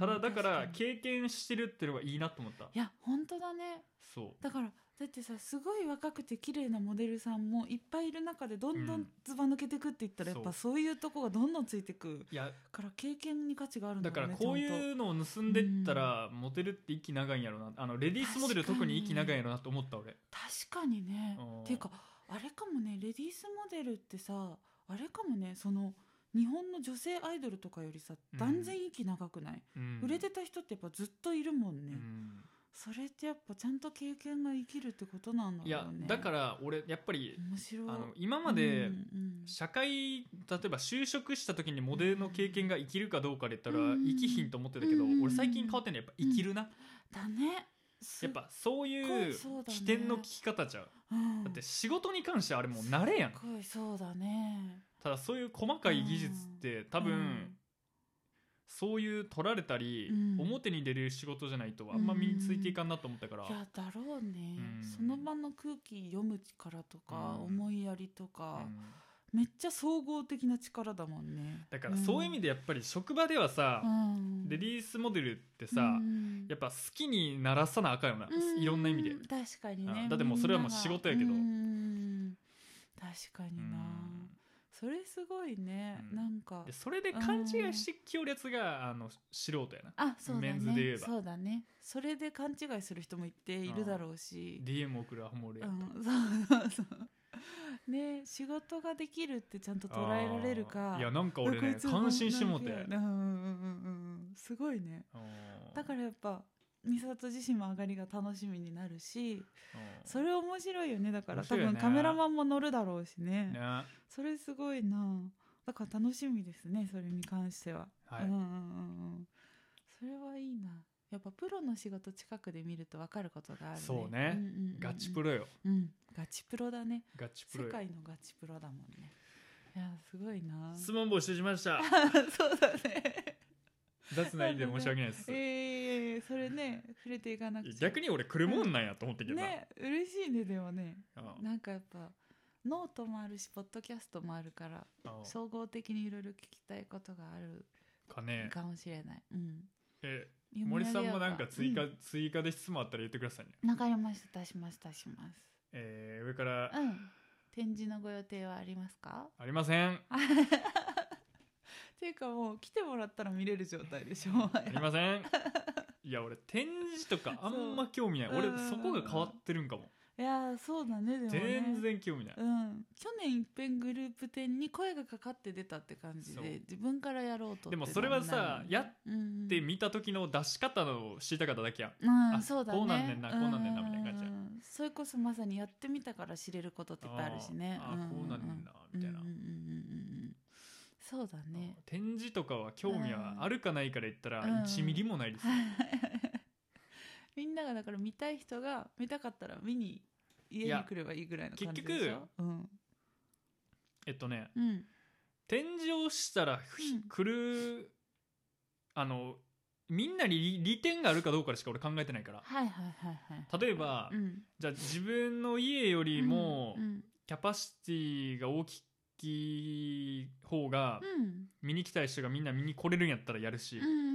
Speaker 1: ただだから
Speaker 2: 確に
Speaker 1: 経験してるっていうのがいいなと思った
Speaker 2: いや本当だね
Speaker 1: そう
Speaker 2: だからだってさすごい若くて綺麗なモデルさんもいっぱいいる中でどんど
Speaker 1: うんん
Speaker 2: ずば抜けてくっていったらやっぱそういうとこがどんどんついてく
Speaker 1: いや
Speaker 2: から経験に価値があるんだ
Speaker 1: だから
Speaker 2: ろうね
Speaker 1: こう
Speaker 2: ちゃんと
Speaker 1: いうのを盗んでったらモデルって息長いんやろなあのレディースモデル
Speaker 2: 確か
Speaker 1: 特
Speaker 2: に
Speaker 1: に息長いんやろなと思った俺
Speaker 2: 確かにね
Speaker 1: うん
Speaker 2: ていうかあれかもねレディースモデルってさあれかもねその日本の女性アイドルとかよりさ
Speaker 1: うん
Speaker 2: 断然息長くない、
Speaker 1: うん
Speaker 2: 売れてた人ってやっぱずっといるもん
Speaker 1: う
Speaker 2: ね、
Speaker 1: ん
Speaker 2: それってやっぱちゃんと経験が生きるってことなんだ
Speaker 1: い
Speaker 2: ろ
Speaker 1: や
Speaker 2: うね
Speaker 1: だから俺やっぱり
Speaker 2: 面白い
Speaker 1: あの今まで
Speaker 2: うんうん
Speaker 1: 社会例えば就職した時にモデルの経験が生きるかどうかで言ったら
Speaker 2: うん
Speaker 1: 生きひんと思ってたけど
Speaker 2: うん
Speaker 1: 俺最近変わってんのやっぱ生きるな
Speaker 2: だねす
Speaker 1: やっぱそういう
Speaker 2: すっごいそうだね
Speaker 1: 視点の聞き方じゃう
Speaker 2: うん
Speaker 1: だって仕事に関してあれもう慣れやん
Speaker 2: すっごいそうだね
Speaker 1: ただそういう細かい技術って多
Speaker 2: う
Speaker 1: 分
Speaker 2: ん
Speaker 1: そういう取られたり、
Speaker 2: うん
Speaker 1: 表に出る仕事じゃないとあんま身についていかんなと思ったから、
Speaker 2: いやだろうね、
Speaker 1: うん
Speaker 2: その場の空気読む力とか、
Speaker 1: うん
Speaker 2: 思いやりと
Speaker 1: う
Speaker 2: か、
Speaker 1: ん
Speaker 2: めっちゃ総合的な力だもんね
Speaker 1: だからそういう意味
Speaker 2: で
Speaker 1: でやっぱり職場ではさ、
Speaker 2: うん、
Speaker 1: レデ
Speaker 2: ィ
Speaker 1: ィースモデルってさ、やっぱ好きにならさなあかんよな、
Speaker 2: うん
Speaker 1: いろんな意味で、
Speaker 2: 確かにね
Speaker 1: うんだってもうそれはもう仕事やけど
Speaker 2: みんながうん確かに
Speaker 1: う
Speaker 2: な、それすごいね、
Speaker 1: うん
Speaker 2: なんか
Speaker 1: んでそれで勘違いしてきよるやつがあの素人やな
Speaker 2: あそうだね
Speaker 1: メンズで言えば
Speaker 2: そうだねそれで勘違いする人もいているだろうし
Speaker 1: DM 送るアホモレや
Speaker 2: う
Speaker 1: と、
Speaker 2: ん、 そうそうそうね仕事ができるってちゃんと捉えられるか
Speaker 1: あーいやなんか俺ね
Speaker 2: こいつ
Speaker 1: 感心してもうて、
Speaker 2: うんうんうんうんうんすごいね
Speaker 1: うん
Speaker 2: だからやっぱ美里自身も上がりが楽しみになるし
Speaker 1: うん
Speaker 2: それ面白いよねだか
Speaker 1: 面
Speaker 2: ら、多
Speaker 1: 白いよね
Speaker 2: 分カメラマンも乗るだろうしね
Speaker 1: ね
Speaker 2: それすごいなだから楽しみですねそれに関しては、
Speaker 1: はい
Speaker 2: うんうんうんうんそれはいいなやっぱプロの仕事近くで見ると分かることがあるね
Speaker 1: そうね
Speaker 2: んんんうん
Speaker 1: ガチプロよ
Speaker 2: うんガチプロだね
Speaker 1: ガチプ
Speaker 2: 世
Speaker 1: ロよ
Speaker 2: 界のガチプロだもんねいやすごいな
Speaker 1: 質問募集しました
Speaker 2: そうだね
Speaker 1: 雑な意味で申し訳ないです、
Speaker 2: ええそれね触れていかなくちゃ
Speaker 1: 逆に俺来るもんなんやと思ってけどな、
Speaker 2: ね嬉しいねでもね
Speaker 1: うん
Speaker 2: なんかやっぱノートもあるしポッドキャストもあるから
Speaker 1: うん
Speaker 2: 総合的にいろいろ聞きたいことがある
Speaker 1: かね
Speaker 2: かもしれない、うん
Speaker 1: え森さんもなんか追加、
Speaker 2: うん
Speaker 1: 追加で質問あったら言ってくださいね、
Speaker 2: わかりました出します出しま
Speaker 1: えー上から
Speaker 2: すうん展示のご予定はありますか
Speaker 1: ありません
Speaker 2: っていうかもう来てもらったら見れる状態でしょ
Speaker 1: ありませんいや俺展示とかあんま興味ない
Speaker 2: そう
Speaker 1: 俺
Speaker 2: うん
Speaker 1: そこが変わってるんかも
Speaker 2: いやーそうだねでもね
Speaker 1: 全然興味ない
Speaker 2: うん、去年いっぺんグループ展に声がかかって出たって感じ
Speaker 1: そう
Speaker 2: で自分からやろうと
Speaker 1: でもそれはさやっ
Speaker 2: っ
Speaker 1: で見た時の出し方を知りたかっただけやん
Speaker 2: うん、
Speaker 1: あ
Speaker 2: そうだね
Speaker 1: こうなんねんなこうなんねんなみたいな感じや
Speaker 2: うんそれこそまさにやってみたから知れることっていっぱいあるしね
Speaker 1: あーあーこうなんねんなみたいな
Speaker 2: うんうんうんうんうんそうだね
Speaker 1: 展示とかは興味はあるかないから言ったら
Speaker 2: うん
Speaker 1: 1ミリもないです、
Speaker 2: みんながだから見たい人が見たかったら見に家
Speaker 1: い
Speaker 2: に
Speaker 1: や
Speaker 2: 来ればいいぐらいの
Speaker 1: 結
Speaker 2: 感じ
Speaker 1: 局
Speaker 2: でしょうん
Speaker 1: えっとね
Speaker 2: うん
Speaker 1: 展示をしたらひ、
Speaker 2: うん
Speaker 1: 来るあのみんなに利利点があるかどうかしか俺考えてないから
Speaker 2: はいはいはいはい
Speaker 1: 例えば、
Speaker 2: うん
Speaker 1: じゃあ自分の家よりも
Speaker 2: うんうん
Speaker 1: キャパシティが大きい方が
Speaker 2: うん
Speaker 1: 見に来たい人がみんな見に来れるんやったらやるし、
Speaker 2: うんうんうん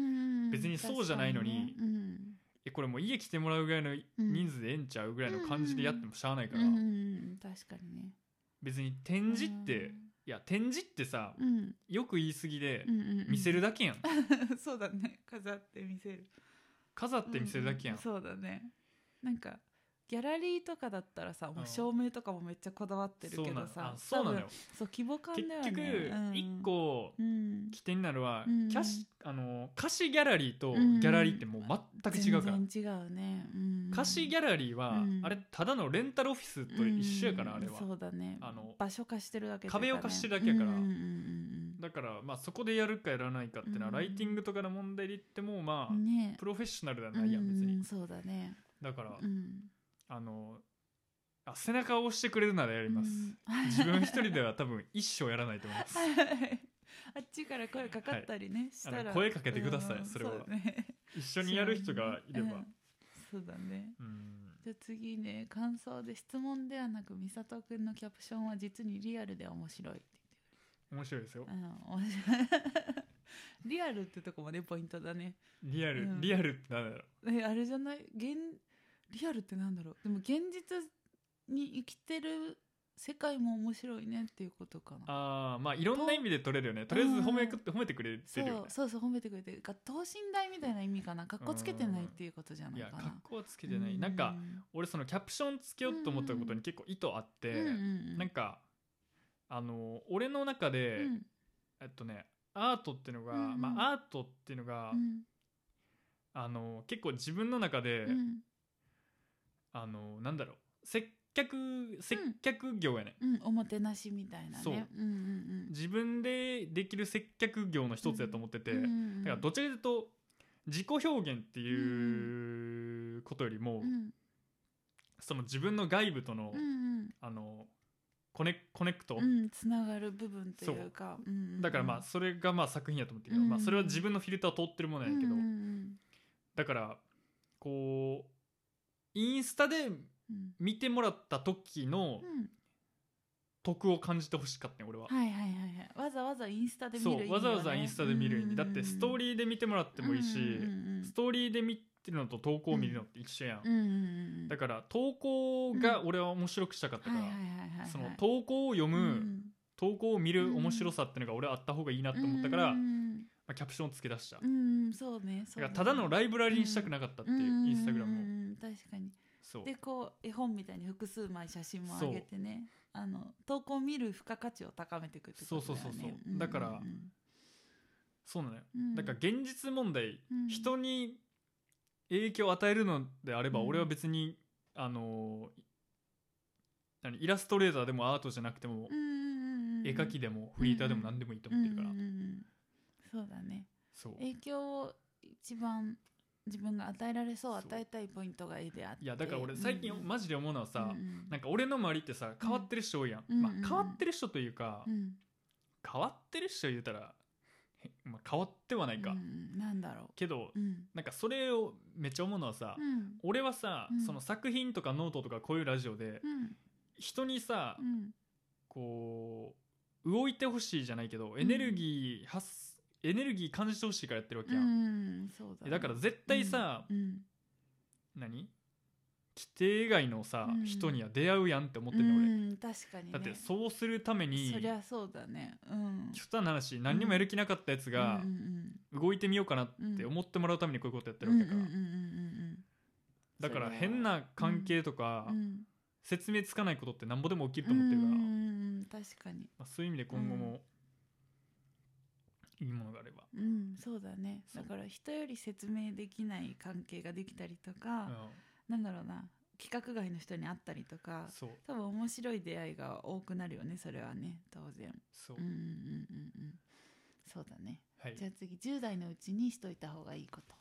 Speaker 1: 別にそうじゃないのに
Speaker 2: 確かねうん
Speaker 1: えこれもう家来てもらうぐらいの人数でええんちゃうぐらいの感じでやってもしゃあないから、
Speaker 2: うんうんうん確かにね
Speaker 1: 別に展示って、いや展示ってさ
Speaker 2: うんうん
Speaker 1: よく言い過ぎで
Speaker 2: うんうんうん
Speaker 1: 見せるだけやん
Speaker 2: そうだね飾って見せる
Speaker 1: 飾って見せるだけやん、
Speaker 2: ううそうだねなんかギャラリーとかだったらさ、もう照明とかもめっちゃこだわってる
Speaker 1: そう
Speaker 2: け
Speaker 1: な
Speaker 2: ど
Speaker 1: の
Speaker 2: さ
Speaker 1: あそうなの
Speaker 2: 多
Speaker 1: よ
Speaker 2: 分そう規模感
Speaker 1: 結
Speaker 2: だよね
Speaker 1: 局一、個
Speaker 2: うんうん
Speaker 1: 起点になるは、
Speaker 2: うん
Speaker 1: キャシあの歌詞ギャラリーとギ
Speaker 2: うん
Speaker 1: ャラリーってもう全く違うから、
Speaker 2: 全然違うね、うん、
Speaker 1: 歌詞ギャラリーは、
Speaker 2: うん
Speaker 1: あれただのレンタルオフィスと一緒やから、
Speaker 2: うん
Speaker 1: あれは
Speaker 2: そうだね
Speaker 1: あの
Speaker 2: 場所貸してるだけという
Speaker 1: 壁を貸してるだけやから
Speaker 2: うんうんうん
Speaker 1: だから、まあ、そこでやるかやらないかっていうのは、
Speaker 2: うん
Speaker 1: ライティングとかの問題で言ってもまあ、
Speaker 2: うんね
Speaker 1: プロフェッショナルではないやん別に、
Speaker 2: うんそうだね
Speaker 1: だから、
Speaker 2: うん
Speaker 1: あのあ背中を押してくれるならやります、
Speaker 2: うん
Speaker 1: 自分一人では多分一生やらないと思います
Speaker 2: はいはいあっちから声かかったりね、した
Speaker 1: あ
Speaker 2: ら
Speaker 1: の声かけてくださいそれは
Speaker 2: うね
Speaker 1: 一緒にやる人がいれば
Speaker 2: うんそうだね
Speaker 1: うん
Speaker 2: じゃあ次ね感想で質問ではなく美里くんのキャプションは実にリアルで面白いって
Speaker 1: 面白いですよ
Speaker 2: 言ってるうん面白い リアルってとこもねポイントだね
Speaker 1: リアル、
Speaker 2: うん
Speaker 1: リアルってなんだろう
Speaker 2: えあれじゃない現リアルってなんだろうでも現実に生きてる世界も面白いねっていうことかな
Speaker 1: ああまあいろんな意味で取れるよねとりあえず褒めくって褒めてくれて
Speaker 2: そう
Speaker 1: るよね
Speaker 2: そうそう褒めてくれてるか等身大みたいな意味かな格好つけてないっていうことじゃないい
Speaker 1: や
Speaker 2: かな
Speaker 1: 格好はつけてないなんか俺そのキャプションつけようと思ったことに結構意図あってなん
Speaker 2: か
Speaker 1: かあの俺の中でえっとねアートっていうのが
Speaker 2: うんうん
Speaker 1: まあアートっていうのがあの結構自分の中であのなんだろう接客接客業やね
Speaker 2: おもてなしみたいなね
Speaker 1: そうん
Speaker 2: うんうん
Speaker 1: 自分でできる接客業の一つやと思ってて
Speaker 2: うんう
Speaker 1: だか
Speaker 2: ん
Speaker 1: らどっちかというと自己表現っていうことよりも、
Speaker 2: うん
Speaker 1: その自分の外部との、
Speaker 2: うん
Speaker 1: あのコネコネクト、
Speaker 2: うんうんつながる部分というかうんうんうん
Speaker 1: だからまあそれがまあ作品やと思ってるけど、
Speaker 2: うん
Speaker 1: まあ、それは自分のフィルター通ってるものやけど、
Speaker 2: うんうん
Speaker 1: だからこうインスタで
Speaker 2: うん
Speaker 1: 見てもらった時の
Speaker 2: うん
Speaker 1: 得を感じてほしかったね俺は。
Speaker 2: はいはいはいはいわざわざインスタで見る
Speaker 1: そうわざわざインスタで見る意味だってストー
Speaker 2: リ
Speaker 1: リーで見てもらってもいいし、
Speaker 2: うん
Speaker 1: ストーリーで見てるのと投稿を見るのって一緒やん、
Speaker 2: うんうん
Speaker 1: だから投稿が俺は面白くしたかったから、
Speaker 2: はいはいはいはいはい
Speaker 1: その投稿を読む、
Speaker 2: うん
Speaker 1: 投稿を見る面白さっていうのが俺はあった方がいいなと思ったから、まあ、キャプションをつけ出した、
Speaker 2: うんうんうんそうね
Speaker 1: だからただのライブラリーにしたくなかったっていう、インスタグラムを
Speaker 2: ム確かに
Speaker 1: そう
Speaker 2: でこう絵本みたいに複数枚写真も上げてねあの投稿を見る付加価値を高めていくってことだよね
Speaker 1: そうそうそうそうん
Speaker 2: んん
Speaker 1: だからそうなのよ、
Speaker 2: うん
Speaker 1: だから現実問題、
Speaker 2: うん
Speaker 1: 人に影響を与えるのであれば、
Speaker 2: うん
Speaker 1: 俺は別にあのー何イラストレーターでもアートじゃなくても
Speaker 2: うん、うんうんうん
Speaker 1: 絵描きでもフリーターでも何でもいいと思ってるから、
Speaker 2: うんうんうんそうだね
Speaker 1: そう
Speaker 2: 影響を一番自分が与えられそう
Speaker 1: そう
Speaker 2: 与えたいポイントが絵であってい
Speaker 1: いやだから俺最近マジで思うのはさ、
Speaker 2: うん
Speaker 1: なんか俺の周りってさ変わってる人多いやん、
Speaker 2: うん
Speaker 1: まあ
Speaker 2: うんうん、
Speaker 1: 変わってる人というか、
Speaker 2: うん
Speaker 1: 変わってる人言うたら、 へまあ、変わってはないか、
Speaker 2: うんうんなんだろ
Speaker 1: けど
Speaker 2: ううん
Speaker 1: なんかそれをめっちゃ思うのはさ、
Speaker 2: うん
Speaker 1: 俺はさ、
Speaker 2: うん
Speaker 1: その作品とかノートとかこういうラジオで
Speaker 2: うん
Speaker 1: 人にさ、
Speaker 2: うん
Speaker 1: こう動いてほしいじゃないけどエネルギー発す、エネルギー感じてほしいからやってるわけ
Speaker 2: う
Speaker 1: やん、
Speaker 2: んそうだ
Speaker 1: え
Speaker 2: ね
Speaker 1: だから絶対さ、
Speaker 2: うん
Speaker 1: 何規定以外のさ、
Speaker 2: うん
Speaker 1: 人には出会うやんって思って
Speaker 2: うん
Speaker 1: の俺、
Speaker 2: ん確かに
Speaker 1: だって
Speaker 2: ね
Speaker 1: そうするために
Speaker 2: そりゃそうだねうん
Speaker 1: 極端な話何にもやる気なかったやつ
Speaker 2: う
Speaker 1: が
Speaker 2: んうん
Speaker 1: 動いてみようかなって思ってもらうためにこういうことやって
Speaker 2: う
Speaker 1: る
Speaker 2: ん
Speaker 1: わけやから、
Speaker 2: うんうんうん
Speaker 1: だから変な関係とか、
Speaker 2: うんうん
Speaker 1: 説明つかないことってなんぼでも起きると
Speaker 2: うん
Speaker 1: 思ってるから、
Speaker 2: うん
Speaker 1: ま
Speaker 2: うんうん確かに
Speaker 1: あ、そういう意味で今後もいいものがあれば、
Speaker 2: うんそうだね
Speaker 1: そ
Speaker 2: だ
Speaker 1: う
Speaker 2: から人より説明できない関係ができたりと
Speaker 1: う
Speaker 2: か
Speaker 1: ん
Speaker 2: なんだろうな企画外の人に会ったりとか
Speaker 1: そう
Speaker 2: 多分面白い出会いが多くなるよねそれはね当然
Speaker 1: そう、
Speaker 2: うんうんうんうんうんそうだね
Speaker 1: はい
Speaker 2: じゃあ次10代のうちにしといた方がい いこと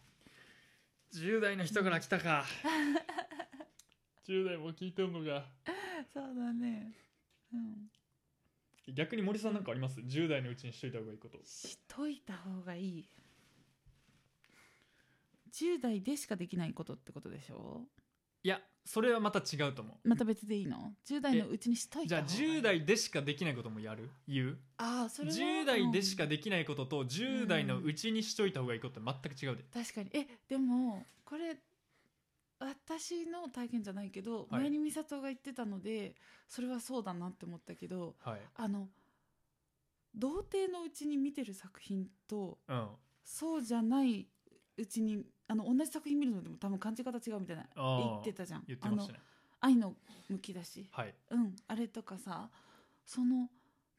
Speaker 1: 10代の人から来た か10代も聞いてんのが
Speaker 2: そうだねうん
Speaker 1: 逆に森さんなんかあります10代のうちにしといた方がいいこと
Speaker 2: しといた方がいい10代でしかできないことってことでしょ
Speaker 1: いやそれはまた違うと思
Speaker 2: また別でいいの10代のうちにしと
Speaker 1: う
Speaker 2: い
Speaker 1: じ
Speaker 2: た
Speaker 1: ゃあ
Speaker 2: 方がいい
Speaker 1: 10代でしかできないこともやる言う
Speaker 2: ああそれは
Speaker 1: 10代でしかできないことと10代のうちにしといた方がいいことって全く違うで、
Speaker 2: 確かにえでもこれ私の体験じゃないけど、
Speaker 1: はい
Speaker 2: 前に美里が言ってたのでそれはそうだなって思ったけど
Speaker 1: はい
Speaker 2: あの童貞のうちに見てる作品と
Speaker 1: うん
Speaker 2: そうじゃないうちにあの同じ作品見るのでも多分感じ方違うみたいな
Speaker 1: あー
Speaker 2: 言ってたじゃん
Speaker 1: 言ってましたね
Speaker 2: 愛のむき出し
Speaker 1: はい
Speaker 2: うんあれとかさその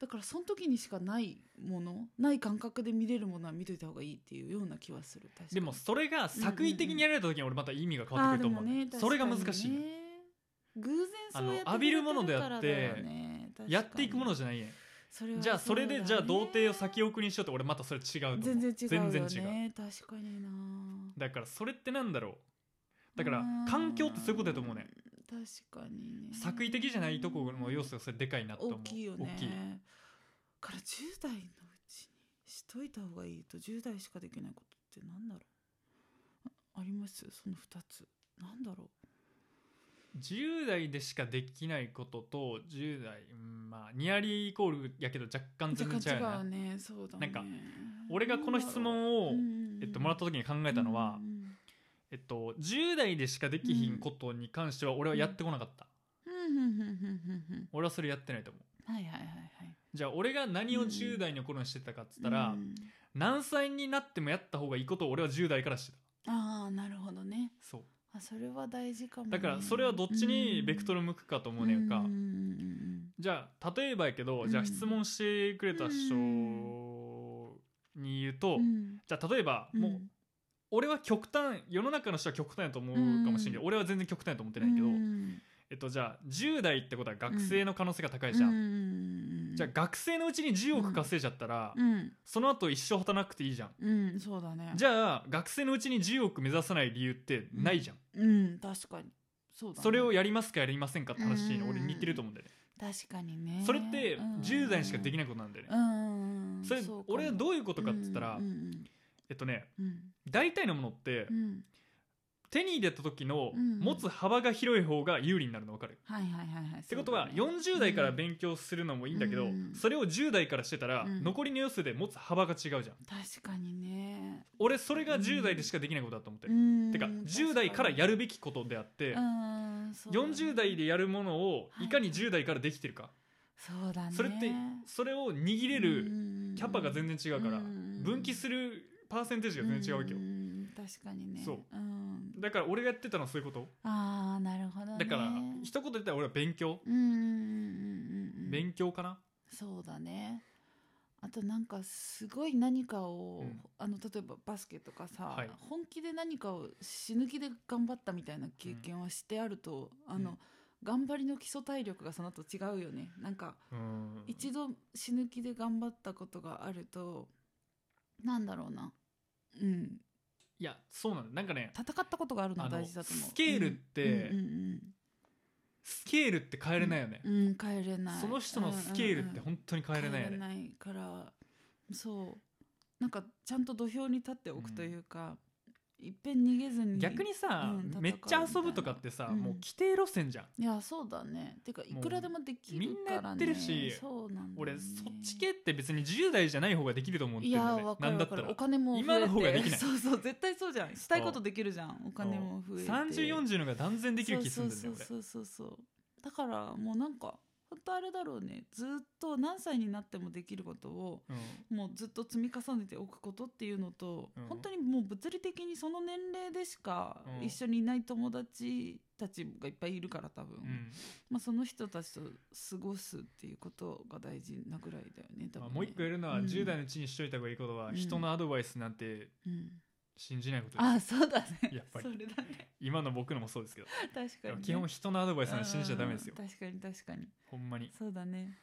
Speaker 2: だからその時にしかないものない感覚で見れるものは見といた方がいいっていうような気はする確かに
Speaker 1: でもそれが作為的にやられた時に俺また意味が変わってくると思う,、
Speaker 2: あーでもね確かにね
Speaker 1: それが難しい、
Speaker 2: 偶然そうやって
Speaker 1: あの浴びるものであって
Speaker 2: 触れてるからだよね確かに
Speaker 1: やっていくものじゃないやん
Speaker 2: それは
Speaker 1: じゃあそれで
Speaker 2: うだね
Speaker 1: じゃあ童貞を先送りにしようって俺またそれ違うと思う
Speaker 2: 全然違うよね
Speaker 1: 全然違う
Speaker 2: 確かにな
Speaker 1: だからそれってなんだろうだから
Speaker 2: うん
Speaker 1: 環境ってそういうことだと思うね
Speaker 2: 確かにね
Speaker 1: 作為的じゃないとこの要素がそれでかいなと思う
Speaker 2: 大きいよね
Speaker 1: 大きい
Speaker 2: から10代のうちにしといた方がいいと10代しかできないことってなんだろうあありますその2つなんだろ
Speaker 1: 10代でしかできないことと10代うんまあニアリーイコールやけど若
Speaker 2: う
Speaker 1: 干全
Speaker 2: 若
Speaker 1: 然違
Speaker 2: 干
Speaker 1: うよ
Speaker 2: 違
Speaker 1: な
Speaker 2: うねそうだ
Speaker 1: な
Speaker 2: ね
Speaker 1: んか俺がこの質問を、えっと、もらった時に考え
Speaker 2: え
Speaker 1: たのは、えっと、10代でしかできひんことに関しては俺はやってこなかった、俺はそれやってないと思う
Speaker 2: はいはいはいはい
Speaker 1: じゃあ俺が何を10代の頃にしてたかっつったら、
Speaker 2: うん
Speaker 1: 何歳になってもやった方がいいことを俺は10代からしてた
Speaker 2: ああなるほどね
Speaker 1: そう
Speaker 2: あそれは大事かもね、
Speaker 1: だからそれはどっちにベクト
Speaker 2: ル
Speaker 1: ル向くかと思うねんか、じゃあ例えばやけど、じゃあ質問してくれた人に言うと、じゃあ例えば、もう俺は極端世の中の人は極端やと思うかもしれんけど、
Speaker 2: うん
Speaker 1: 俺は全然極端やと思ってないけど、えっと、じゃあ10代ってことは学生の可能性が高いじゃん、じゃあ学生のうちに10億稼いじゃったら、
Speaker 2: うん
Speaker 1: その後一生働かなくていいじゃん、
Speaker 2: うんそうだね
Speaker 1: じゃあ学生のうちに10億目指さない理由ってないじゃん、
Speaker 2: うん確かにそうだ、ね、
Speaker 1: それをやりますかやりませんかって話に
Speaker 2: うん
Speaker 1: 俺似てると思うんだよね、
Speaker 2: 確かにね
Speaker 1: それって10代にしかでき
Speaker 2: ない
Speaker 1: ないことなんだよね、
Speaker 2: うん
Speaker 1: それ俺は
Speaker 2: う
Speaker 1: どういうこととかって言ったら、
Speaker 2: うんうん
Speaker 1: えっとね
Speaker 2: うん
Speaker 1: 大体のものって
Speaker 2: うんうん、
Speaker 1: 手に入れた時の
Speaker 2: うん
Speaker 1: 持つ幅が広い方が有利になるの分かる、
Speaker 2: はいはいはいはいっ
Speaker 1: ってことは40代から勉強するのもいいんだけど、
Speaker 2: うん
Speaker 1: それを10代からしてたら、
Speaker 2: うん
Speaker 1: 残りの要素で持つ幅が違うじゃん
Speaker 2: 確かにね
Speaker 1: 俺それが10代でしかできないことだと思ってる、
Speaker 2: うん
Speaker 1: てか10代からやるべきことであって、
Speaker 2: 確かにうんそうだね
Speaker 1: 40代でやるものを
Speaker 2: はい
Speaker 1: いかに10代からできてるか、
Speaker 2: そうだね
Speaker 1: それってそれを握れるキャパが全然違うから、
Speaker 2: うん
Speaker 1: 分岐するパーセンテージが全然違うわけよ、
Speaker 2: ん確かにね
Speaker 1: そ
Speaker 2: うん
Speaker 1: だから俺がやってたのはそういうこと
Speaker 2: ああなるほどね
Speaker 1: だから一言で言ったら俺は勉強、
Speaker 2: うんうんうんうんうん
Speaker 1: 勉強かな
Speaker 2: そうだねあとなんかすごい何かを、
Speaker 1: うん
Speaker 2: あの例えばバスケとかさ、
Speaker 1: はい
Speaker 2: 本気で何かを死ぬ気で頑張ったみたいな経験はしてあると、あの、
Speaker 1: うん
Speaker 2: 頑張りの基礎体力がその後違うよねなんか
Speaker 1: うん
Speaker 2: 一度死ぬ気で頑張ったことがあるとなんだろうなうん
Speaker 1: いやそうなんだなんかね
Speaker 2: 戦ったことがあるのは
Speaker 1: あの
Speaker 2: 大事だと思う
Speaker 1: スケールって
Speaker 2: うんうん
Speaker 1: スケールって変えれないよね、
Speaker 2: うん、うん、変えれない
Speaker 1: その人のスケールって本当に変えれないよ
Speaker 2: 変
Speaker 1: ね、
Speaker 2: えれないからそうなんかちゃんと土俵に立っておくというか、いっぺん逃げずに
Speaker 1: 逆にさ、
Speaker 2: うん戦う
Speaker 1: めっちゃ遊ぶとかってさ、
Speaker 2: うん
Speaker 1: もう規定路線じゃん
Speaker 2: いやそうだねてかいくらでもできるから、ね、
Speaker 1: みんなやってるし
Speaker 2: そうなんだよね、
Speaker 1: 俺そっち系って別に10代じゃない方ができると思って
Speaker 2: い
Speaker 1: るん
Speaker 2: や
Speaker 1: だよね
Speaker 2: わか
Speaker 1: な
Speaker 2: る
Speaker 1: んだ
Speaker 2: わ
Speaker 1: った
Speaker 2: かる
Speaker 1: ら
Speaker 2: お金も増えて
Speaker 1: 今の方ができない
Speaker 2: そうそう絶対そうじゃんしたいことできるじゃんお金も増えて
Speaker 1: 3040のが断然できる気するんだよね俺
Speaker 2: そうそうそうそうそうだからもうなんか本当あれだろうねずっと何歳になってもできることを
Speaker 1: うん
Speaker 2: もうずっと積み重ねておくことっていうのと、
Speaker 1: うん
Speaker 2: 本当にもう物理的にその年齢でしか
Speaker 1: うん
Speaker 2: 一緒にいない友達たちがいっぱいいるから多分、
Speaker 1: うん
Speaker 2: まあ、その人たちと過ごすっていうことが大事なぐらいだよね多分ね
Speaker 1: まあ、もう一個言えるのは
Speaker 2: うん
Speaker 1: 10代のうちにしといた方がいいことは
Speaker 2: うん
Speaker 1: 人のアドバイスなんて
Speaker 2: うん
Speaker 1: 信じないことです
Speaker 2: ああそうだね
Speaker 1: やっぱり
Speaker 2: それだね
Speaker 1: 今の僕のもそうですけど
Speaker 2: 確かに、ね、
Speaker 1: 基本人のアドバイスなんて信じちゃダメですよ
Speaker 2: うん確かに確かに
Speaker 1: ほんまに
Speaker 2: そうだね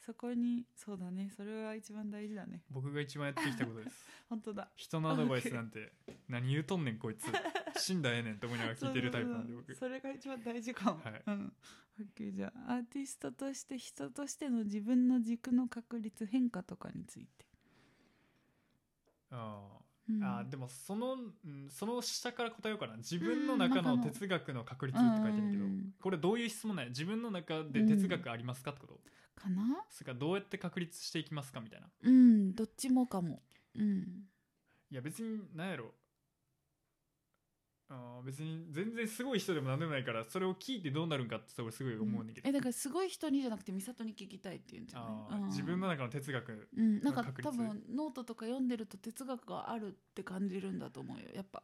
Speaker 2: そこにそうだねそれは一番大事だね
Speaker 1: 僕が一番やってきたことです
Speaker 2: 本当だ
Speaker 1: 人のアドバイスなんて何言うとんねんこい つ死んだらええねんって思いながら聞いてるタイプなんで
Speaker 2: そうそう
Speaker 1: 僕
Speaker 2: そうそれが一番大事かも、
Speaker 1: はい
Speaker 2: うん、OK じゃあアーティストとして人としての自分の軸の確率変化とかについて、
Speaker 1: あー
Speaker 2: うん
Speaker 1: あーでもその、うん、その下から答えようかな自分の中の
Speaker 2: うん中の
Speaker 1: 哲学の確率って書いてるけど
Speaker 2: うん
Speaker 1: これどういう質問なんや自分の中で哲学ありますかってこと、
Speaker 2: かな
Speaker 1: それからどうやって確立していきますかみたいな
Speaker 2: うんどっちもかもうん
Speaker 1: いや別に何やろあー別に全然すごい人でも何でもないからそれを聞いてどうなるんかって俺すごい思うねんだけど、
Speaker 2: えだからすごい人にじゃなくて美里に聞きたいっていうんじゃ
Speaker 1: あ
Speaker 2: ない、
Speaker 1: ー
Speaker 2: うん
Speaker 1: 自分の中の哲学
Speaker 2: うん、なんか
Speaker 1: の確率
Speaker 2: 多分ノートとか読んでると哲学があるって感じるんだと思うよやっぱ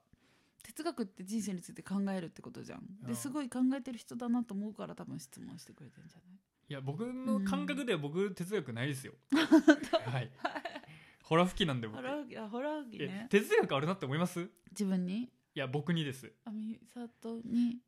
Speaker 2: 哲学って人生について考えるってことじゃん
Speaker 1: う
Speaker 2: で
Speaker 1: ん
Speaker 2: すごい考えてる人だなと思うから多分質問してくれてんじゃ
Speaker 1: いや僕の感覚では僕哲学ない ですよ、はいホラ吹きなんで
Speaker 2: な
Speaker 1: 僕
Speaker 2: いホラーギあホラーギ
Speaker 1: え
Speaker 2: ね
Speaker 1: 哲学あれなって思いますい
Speaker 2: 自分に
Speaker 1: や僕にです
Speaker 2: あみさとに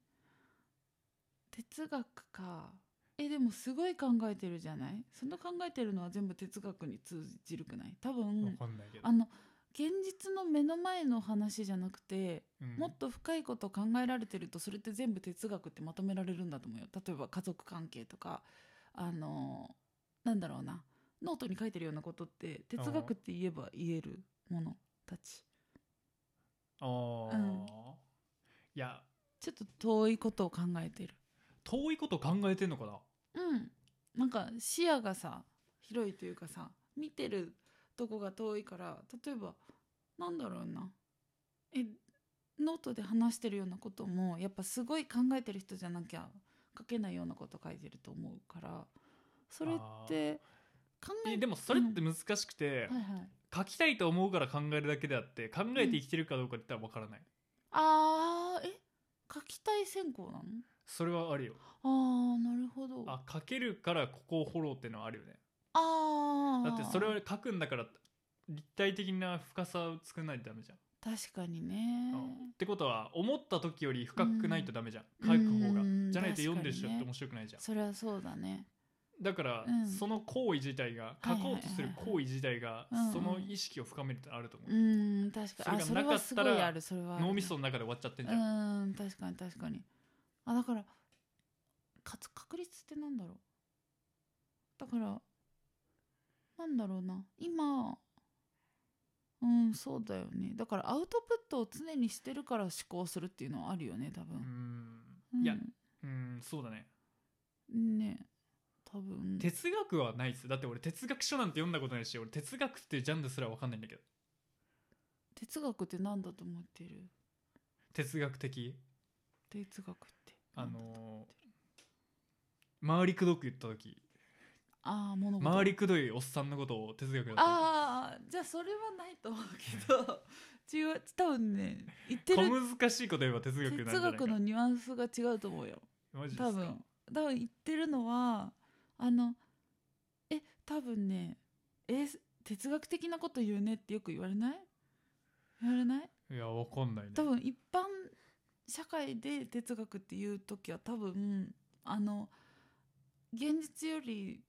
Speaker 2: 哲学かえでもすごい考えてるじゃないその考えてるのは全部哲学に通じるくない多
Speaker 1: わ
Speaker 2: 分
Speaker 1: かんないけど
Speaker 2: あの現実の目の前の話じゃなくて
Speaker 1: うん
Speaker 2: もっと深いこと考えられてるとそれって全部哲学ってまとめられるんだと思うよ例えば家族関係とかあのなんだろうなノートに書いてるようなことって哲学って言えば言えるものたち
Speaker 1: あー、
Speaker 2: うん
Speaker 1: いや
Speaker 2: ちょっと遠いことを考えてる
Speaker 1: 遠いこと考えてんのかな
Speaker 2: うんなんか視野がさ広いというかさ見てるとこが遠いから例えばなんだろうなえノートで話してるようなこともやっぱすごい考えてる人じゃなきゃ書けないようなこと書いてると思うからそれって考え
Speaker 1: えでもそれって難しくて、
Speaker 2: はいはい、
Speaker 1: 書きたいと思うから考えるだけであって考えて生きてるかどうかって言ったらわからない、
Speaker 2: あーえ書きたい選考なの
Speaker 1: それはあるよ
Speaker 2: あーなるほどあ
Speaker 1: あ書けるからここをフォローってのはあるよね
Speaker 2: あー
Speaker 1: だってそれは書くんだから立体的な深さを作らないとダメじゃん、
Speaker 2: 確かにね
Speaker 1: うんってことは思った時より深くないとダメじゃん、
Speaker 2: うん
Speaker 1: 書く方が
Speaker 2: うん
Speaker 1: じゃないと読んでる人っ
Speaker 2: 確かに
Speaker 1: て
Speaker 2: ね
Speaker 1: 面白くないじゃん、
Speaker 2: それはそうだね
Speaker 1: だから、
Speaker 2: うん
Speaker 1: その行為自体が
Speaker 2: はい
Speaker 1: 書
Speaker 2: はいは
Speaker 1: こ
Speaker 2: いは
Speaker 1: う
Speaker 2: い
Speaker 1: とする行為自体が、
Speaker 2: うんうん
Speaker 1: その意識を深めるってあると思う、
Speaker 2: うん確かにあ
Speaker 1: そ
Speaker 2: そ
Speaker 1: れがな
Speaker 2: れ
Speaker 1: か
Speaker 2: は
Speaker 1: った
Speaker 2: す
Speaker 1: ら
Speaker 2: ごいあるそれはある
Speaker 1: 脳みその中で終わっちゃってんじゃん、
Speaker 2: うん確かに確かにあだからかつ確率ってなんだろうだからなんだろうな今うんそうだよねだからアウトプットを常にしてるから思考するっていうのはあるよね多
Speaker 1: うー
Speaker 2: 分、
Speaker 1: ん
Speaker 2: うん、
Speaker 1: いやうんそうだね
Speaker 2: ね多分
Speaker 1: 哲学はないっすだって俺哲学書なんて読んだことないし俺哲学っていうジャンルすら分かんないんだけど
Speaker 2: 哲学って何だと思ってる
Speaker 1: 哲学的
Speaker 2: 哲学って
Speaker 1: あのー、回りくどく言った時
Speaker 2: ああ物事
Speaker 1: 回りくどいおっさんのことを哲学だと
Speaker 2: ああじゃあそれはないと思うけど 違う多分ね言ってる
Speaker 1: 小難しいこと言えば哲学なんじ
Speaker 2: 哲
Speaker 1: ゃないか
Speaker 2: 学のニュアンスが違うと思うよ
Speaker 1: マジですか
Speaker 2: 多分多分言ってるのはあのえ多分ねえ哲学的なこと言うねってよく言われない言われない
Speaker 1: いや分かんないね
Speaker 2: 多分一般社会で哲学っていう時は多分あの現実より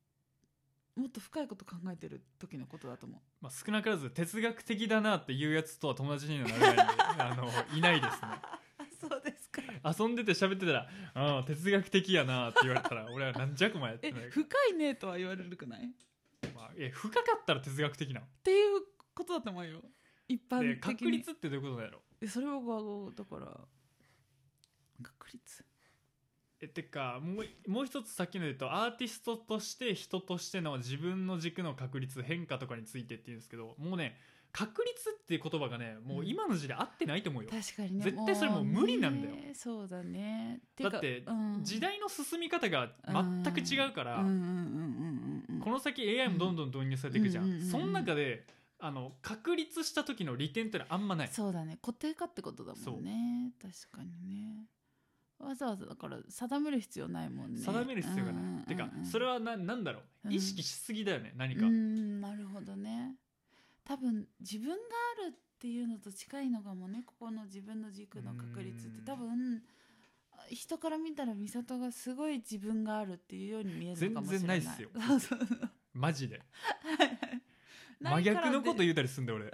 Speaker 2: もっと深いこと考えてる時のことだと思う
Speaker 1: まあ、少なからず哲学的だなっていうやつとは友達にはなれないんであのいないですね
Speaker 2: あそうですか
Speaker 1: 遊んでて喋ってたら「ああ哲学的やな」って言われたら俺は何弱もやって
Speaker 2: え
Speaker 1: ない、
Speaker 2: 深いねとは言われるくないっ
Speaker 1: まあ、え深かったら哲学的な
Speaker 2: ていうことだと思うよ一
Speaker 1: ので
Speaker 2: 般的
Speaker 1: 確
Speaker 2: に
Speaker 1: 率ってどういうことなんやろ
Speaker 2: えそれはこうだから確率
Speaker 1: えてかもうもう一つさっきので言うとアーティストとして人としての自分の軸の確率変化とかについてっていうんですけどもうね確率っていう言葉がねもう今の時代合ってないと思うよ、
Speaker 2: 確かにね
Speaker 1: 絶対それもう無理なんだよ
Speaker 2: もうねそうだねて
Speaker 1: だ
Speaker 2: か
Speaker 1: って
Speaker 2: うん
Speaker 1: 時代の進み方が全く違うから、
Speaker 2: うんうんうんうんうん
Speaker 1: この先 AI もどんどん導入されていくじゃん、
Speaker 2: うんうんうんうん
Speaker 1: その中であの確立した時の利点ってのはあんまない
Speaker 2: そうだね固定化ってことだもんね確かにねわざわざだから定める必要ないもんね
Speaker 1: 定める必要がない、てかそれ
Speaker 2: は
Speaker 1: はななんだろ
Speaker 2: う
Speaker 1: うん意識しすぎだよね、何か、
Speaker 2: うんなるほどね多分自分があるっていうのと近いのかもねここの自分の軸の確率って
Speaker 1: うん
Speaker 2: 多分人から見たら美里がすごい自分があるっていうように見えるのかもしれない
Speaker 1: 全然ないっすよ
Speaker 2: そうそうそう
Speaker 1: マジ で
Speaker 2: な
Speaker 1: 真
Speaker 2: いから
Speaker 1: 逆のこと
Speaker 2: で
Speaker 1: 言うたりすんだよ俺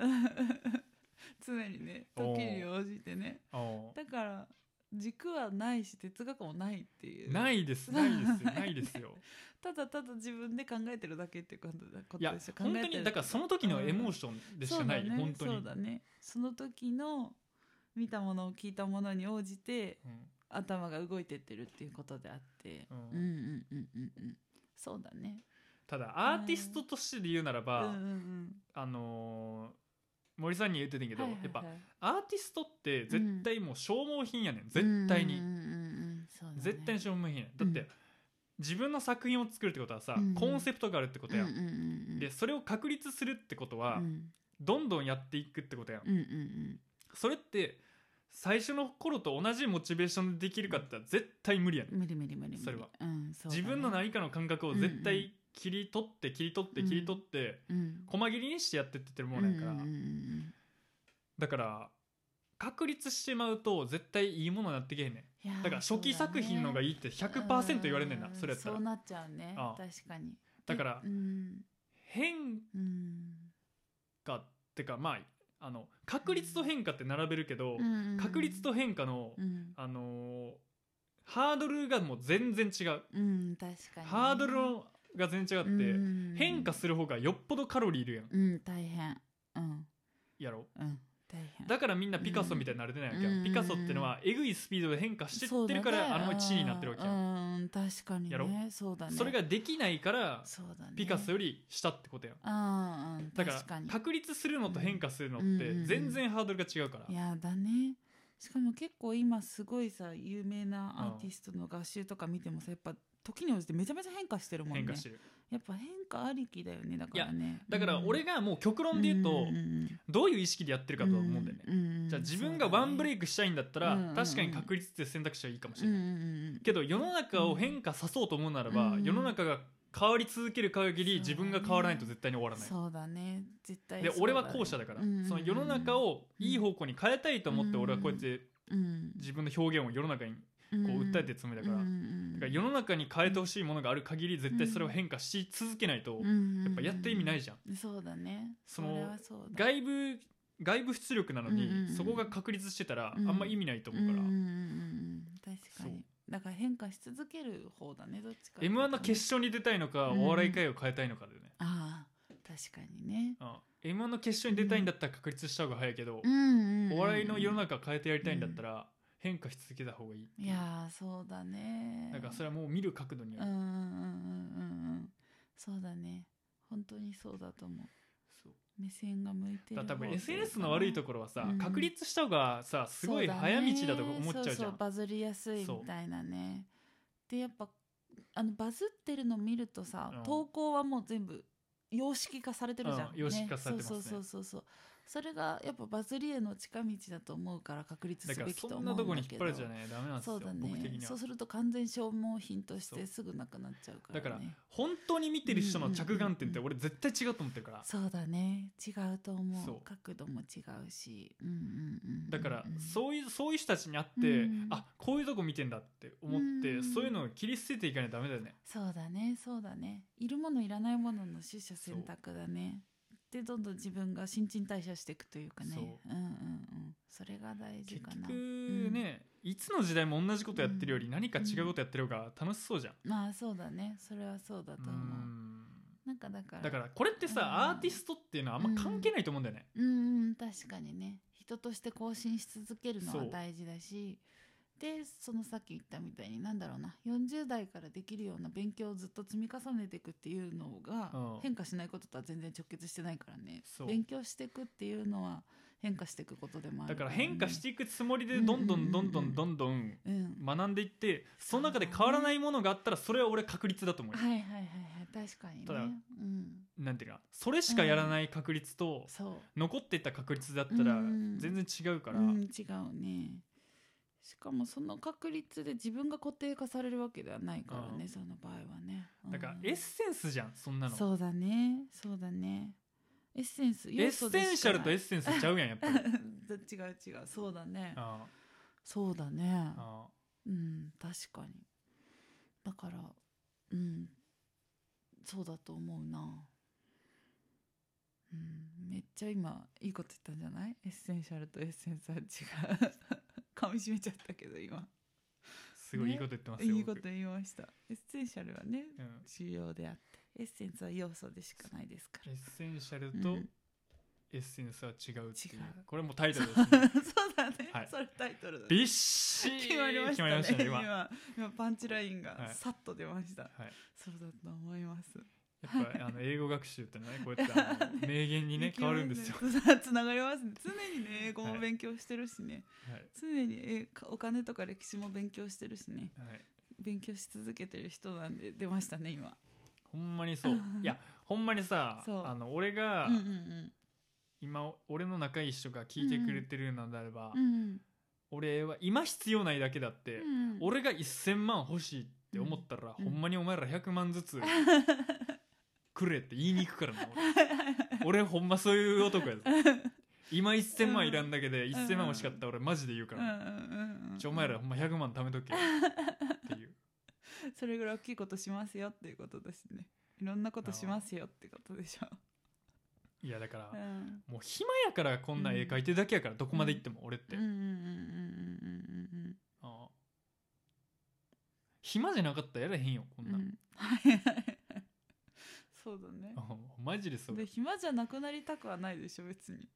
Speaker 2: 常にね
Speaker 1: おう
Speaker 2: 時に応じてね
Speaker 1: お
Speaker 2: だから軸はないし哲学もないっていうう
Speaker 1: ないですないですよないです よ
Speaker 2: ただただ自分で考えてるだけっていうことだこ
Speaker 1: い
Speaker 2: と
Speaker 1: や
Speaker 2: でしょ
Speaker 1: 本当にだからその時のエモー
Speaker 2: シ
Speaker 1: ションでしかない、本当に
Speaker 2: そうだねその時の見たものを聞いたものに応じて
Speaker 1: うん
Speaker 2: 頭が動いてってるっていうことであって、
Speaker 1: う
Speaker 2: うんん、うんうんうんうんそうだね
Speaker 1: ただアーティストとしてで言うなら
Speaker 2: うんう
Speaker 1: ば、
Speaker 2: ん
Speaker 1: あのー森さんに言ってたんやけ
Speaker 2: うん
Speaker 1: ど、
Speaker 2: はいはいはい
Speaker 1: やっぱアーティストって絶対もう消耗品やねん、絶対に、
Speaker 2: うんうんうんうんそうだね
Speaker 1: 絶対に消耗品やねんだって、
Speaker 2: うん
Speaker 1: 自分の作品を作るってことはさ、
Speaker 2: うん
Speaker 1: コンセプトがあるってことや、
Speaker 2: うんうんうんうん
Speaker 1: でそれを確立するってことは、
Speaker 2: うん
Speaker 1: どんどんやっていくってことやん、
Speaker 2: うんうんうん
Speaker 1: それって最初の頃と同じモチベーションでできるかって言ったら絶対無理やね、
Speaker 2: 無理無理無理無理
Speaker 1: それは、
Speaker 2: うんそうだね
Speaker 1: 自分の何かの感覚を絶対切り取って切り取って切り取って、
Speaker 2: うん
Speaker 1: 細切りにしてやってって言ってるもんやから、
Speaker 2: うんうんうん
Speaker 1: だから確立してまうと絶対いいものになってけへんね
Speaker 2: いやー
Speaker 1: んだから初期作品の方が
Speaker 2: いい
Speaker 1: いいって100%言われんねんなそれやったら
Speaker 2: そうなっちゃうね
Speaker 1: ああ
Speaker 2: 確かに
Speaker 1: だから
Speaker 2: うん
Speaker 1: 変
Speaker 2: うん
Speaker 1: 化ってかまああの確率と変化って並べるけど、
Speaker 2: うん
Speaker 1: 確率と変化の、
Speaker 2: うん
Speaker 1: あのーハードルがもう全然違う
Speaker 2: うん確かに
Speaker 1: ハードルのが全然違って、
Speaker 2: うん
Speaker 1: 変化する方がよっぽどカロリーいるやん
Speaker 2: うん大変うん
Speaker 1: やろ
Speaker 2: うん大変
Speaker 1: だからみんなピカソみたいになれてないわけやん、
Speaker 2: うん
Speaker 1: ピカソってのはえぐいスピードで変化してってるか
Speaker 2: そうだ
Speaker 1: らあ
Speaker 2: ね
Speaker 1: の地位になってるわけやん
Speaker 2: うんうん確かに
Speaker 1: やろ
Speaker 2: ねそうだね
Speaker 1: それができないから
Speaker 2: そうだね
Speaker 1: ピカソより下ってことやん
Speaker 2: うんうん
Speaker 1: だから
Speaker 2: 確かに
Speaker 1: 確立するのと変化するのって
Speaker 2: うん
Speaker 1: 全然ハードルが違うから
Speaker 2: いやだねしかも結構今すごいさ有名なアーティストの合集とか見てもさやっぱ時に応じてめちゃめちゃ変化してるもんね
Speaker 1: 変化してる
Speaker 2: やっぱ変化ありきだよねだからね
Speaker 1: だから俺
Speaker 2: が
Speaker 1: がもう極論で言うとどういう意識でやってるかとは思うんだよねじゃあ自分がワンブレ
Speaker 2: イ
Speaker 1: イクしたいんだった
Speaker 2: う
Speaker 1: ら
Speaker 2: んうんうん
Speaker 1: 確かに確率って選択肢はいいかもしれない
Speaker 2: ない
Speaker 1: けど世の中を変化さそうと思うなら
Speaker 2: う
Speaker 1: ば
Speaker 2: ん
Speaker 1: 世の中が変わり続ける限り
Speaker 2: そ
Speaker 1: 自
Speaker 2: うだね
Speaker 1: 分が変わらないと絶対に終わらない
Speaker 2: そうだね絶対
Speaker 1: で
Speaker 2: そうだね
Speaker 1: 俺は後者だから
Speaker 2: うんうんうん
Speaker 1: その世の中をいい方向に変えたいと思って俺はこうやって
Speaker 2: うん
Speaker 1: 自分の表現を世の中にこ
Speaker 2: こう
Speaker 1: う訴えてるつもりだからだから世の中に変えてほしいものがある限り絶対それを変化し続けないとやっぱやった意味ない
Speaker 2: じ
Speaker 1: じゃん
Speaker 2: ゃんそうだね
Speaker 1: その
Speaker 2: れはそうだ
Speaker 1: 外部外部出力なの
Speaker 2: うんうんう
Speaker 1: に
Speaker 2: ん
Speaker 1: そこが確立してたらあ
Speaker 2: うん
Speaker 1: んま意味ないと思うから
Speaker 2: うんうんうんうん確か
Speaker 1: そう
Speaker 2: にだから変化し続ける方だねどっちか
Speaker 1: m 1の決勝に出たいのか
Speaker 2: うん
Speaker 1: お笑い界を変えたいのかでね
Speaker 2: ああ確かにね
Speaker 1: うん m 1の決勝に出たいんだったら確立した方が早いけど
Speaker 2: うんうんうん
Speaker 1: お笑いの世の中変えてやりたいんだったら変化し続けた方がいい
Speaker 2: いやーそうだね
Speaker 1: なんかそれはもう見る角度によ
Speaker 2: うんう
Speaker 1: る
Speaker 2: んうんうんうんそうだね本当にそうだと思う
Speaker 1: そう
Speaker 2: 目線が向いて
Speaker 1: だ
Speaker 2: る
Speaker 1: から多分
Speaker 2: 方と
Speaker 1: SNS の悪いところはさ
Speaker 2: うん
Speaker 1: 確立した方がさすごい早道だとか思っちゃうじ
Speaker 2: そ
Speaker 1: ゃ
Speaker 2: うそうんバズりやすいみたいなねでやっぱあのバズってるの見るとさ、
Speaker 1: うん
Speaker 2: 投稿はもう全部様式化されてるじゃん、
Speaker 1: うん様式化されてますね
Speaker 2: そうそうそうそうそれがやっぱバズりへの近道だと思うから確立
Speaker 1: だ
Speaker 2: す
Speaker 1: から
Speaker 2: べきと思
Speaker 1: そ
Speaker 2: うん
Speaker 1: ん
Speaker 2: だ
Speaker 1: な
Speaker 2: けど
Speaker 1: とこに引っ張れちゃねダメなんです
Speaker 2: そ
Speaker 1: よ
Speaker 2: うだ
Speaker 1: 僕的
Speaker 2: ね
Speaker 1: には
Speaker 2: そうすると完全消耗品とし
Speaker 1: そ
Speaker 2: て
Speaker 1: う
Speaker 2: すぐなくなっちゃうから、
Speaker 1: だ
Speaker 2: ね、
Speaker 1: から本当に見てる人の着眼点って俺絶対違うと思ってるから
Speaker 2: そうだね違うと思
Speaker 1: そうう
Speaker 2: 角度も違うし、うんうんうんうんうん、
Speaker 1: だから
Speaker 2: う
Speaker 1: そういうそういう人たちに会って
Speaker 2: うん
Speaker 1: あこういうとこ見てんだって思って
Speaker 2: うん
Speaker 1: そういうのを切り捨てていかないとダメだよね
Speaker 2: そうだねそうだねいるものいらないものの取捨選択だねでどんどん自分が新陳代謝していくというかね
Speaker 1: そう
Speaker 2: うんうんうんそれが大事
Speaker 1: 結
Speaker 2: かな
Speaker 1: 局ねいつの時代も同じことやってるより何か違うことやってる方が楽しそうじゃん
Speaker 2: まあそうだねそれはそうだと
Speaker 1: う
Speaker 2: 思う、
Speaker 1: ん
Speaker 2: なんかだから
Speaker 1: だからこれって
Speaker 2: うん
Speaker 1: さアーティストっていうのはあんま関係ないと思うんだよね
Speaker 2: うんうん確かにね人として更新し続けるのは
Speaker 1: そう
Speaker 2: 大事だしでそのさっき言ったみたいになんだろうな40代からできるような勉強をずっと積み重ねていくっていうのが
Speaker 1: うん
Speaker 2: 変化しないこととは全然直結してないからね
Speaker 1: そう
Speaker 2: 勉強していくっていうのは変化していくことでもあ
Speaker 1: だ
Speaker 2: る
Speaker 1: から
Speaker 2: ね
Speaker 1: 変化していくつもりでどんどんどんどんどんどん
Speaker 2: うん
Speaker 1: 学んでいってその中で変わらないものがあったらそれは俺確率だと思うよ
Speaker 2: はいはいはいはい確かにね
Speaker 1: ただ
Speaker 2: うん
Speaker 1: なんていうかそれしかやらない確率と
Speaker 2: そう
Speaker 1: 残っていった確率だったら
Speaker 2: うん
Speaker 1: 全然違うから
Speaker 2: うん、違うねしかもその確率で自分が固定化されるわけではないから
Speaker 1: う
Speaker 2: ね、
Speaker 1: ん
Speaker 2: その場合はね、
Speaker 1: だから
Speaker 2: うん
Speaker 1: エッセンスじゃんそんなの
Speaker 2: そうだねそうだねエッセンス
Speaker 1: エ
Speaker 2: 要
Speaker 1: ッ
Speaker 2: 素
Speaker 1: セ
Speaker 2: で
Speaker 1: ン
Speaker 2: し
Speaker 1: シャ
Speaker 2: か
Speaker 1: ル
Speaker 2: な
Speaker 1: とエ
Speaker 2: い
Speaker 1: ッセンスちゃうやんやっぱ り
Speaker 2: 違う違うそうだね
Speaker 1: あ
Speaker 2: そうだね
Speaker 1: ああ
Speaker 2: うん確かにだからうんそうだと思うなうんめっちゃ今いいこと言ったんじゃないエッセンシャルとエッセンスは違う 噛みしめちゃったけど今
Speaker 1: あすごいいいこと言ってますよ
Speaker 2: いいこ
Speaker 1: 僕
Speaker 2: と言いましたエッセンシャルはね
Speaker 1: うん
Speaker 2: 重要であってエッセンスは要素でしかないですか
Speaker 1: エ
Speaker 2: ら
Speaker 1: ッセンシャル
Speaker 2: う
Speaker 1: と
Speaker 2: ん
Speaker 1: エッセンスは違うってい
Speaker 2: 違
Speaker 1: う
Speaker 2: う
Speaker 1: これもうタイトルですね
Speaker 2: そうだね、
Speaker 1: はい
Speaker 2: それタイトルだね
Speaker 1: びっしり
Speaker 2: 決まりましたね今
Speaker 1: 今
Speaker 2: 今パンチラインが
Speaker 1: はい
Speaker 2: さっと出ました、
Speaker 1: はい
Speaker 2: そうだと思います
Speaker 1: やっぱあの英語学習ってのはねこうやってあ の名言にね変わるんですよ、
Speaker 2: 勢いつながりますね常にね英語も勉強してるしね、
Speaker 1: はい
Speaker 2: 常にえお金とか歴史も勉強してるしね
Speaker 1: はい、
Speaker 2: 勉強し続けてる人なんで出ましたね今
Speaker 1: ほんまにそういやほんまにさ
Speaker 2: そう
Speaker 1: あの俺が
Speaker 2: うんうん
Speaker 1: 今俺の仲いい人が聞いてくれてるのであれば、
Speaker 2: うんうん
Speaker 1: 俺は今必要ないだけだって、
Speaker 2: うん
Speaker 1: 俺が1000万欲しいって思ったら、
Speaker 2: うん
Speaker 1: ほんまにお前ら100万ずつくれって言いに行くからな 俺俺ほんまそういう男やぞ今1000万いらんだけで
Speaker 2: ん
Speaker 1: 1000万欲しかったら俺マジで言うか
Speaker 2: うんうん
Speaker 1: ら、
Speaker 2: うんうん
Speaker 1: ちょお前らほんま100万貯め とけっていう
Speaker 2: それぐらい大きいことしますよっていうことですねいろんなことしますよってことでしょ、
Speaker 1: いやだから、
Speaker 2: うん、
Speaker 1: もう暇やからこんな絵描いてるだけやから、どこまで行っても俺って、
Speaker 2: うんうんうんうん
Speaker 1: ああ暇じゃなかったらやれへんよこん
Speaker 2: うんうんうんう
Speaker 1: なん
Speaker 2: んはい はいはいそうだね
Speaker 1: あマジでそう
Speaker 2: で暇じゃなくなりたくはないでしょ別に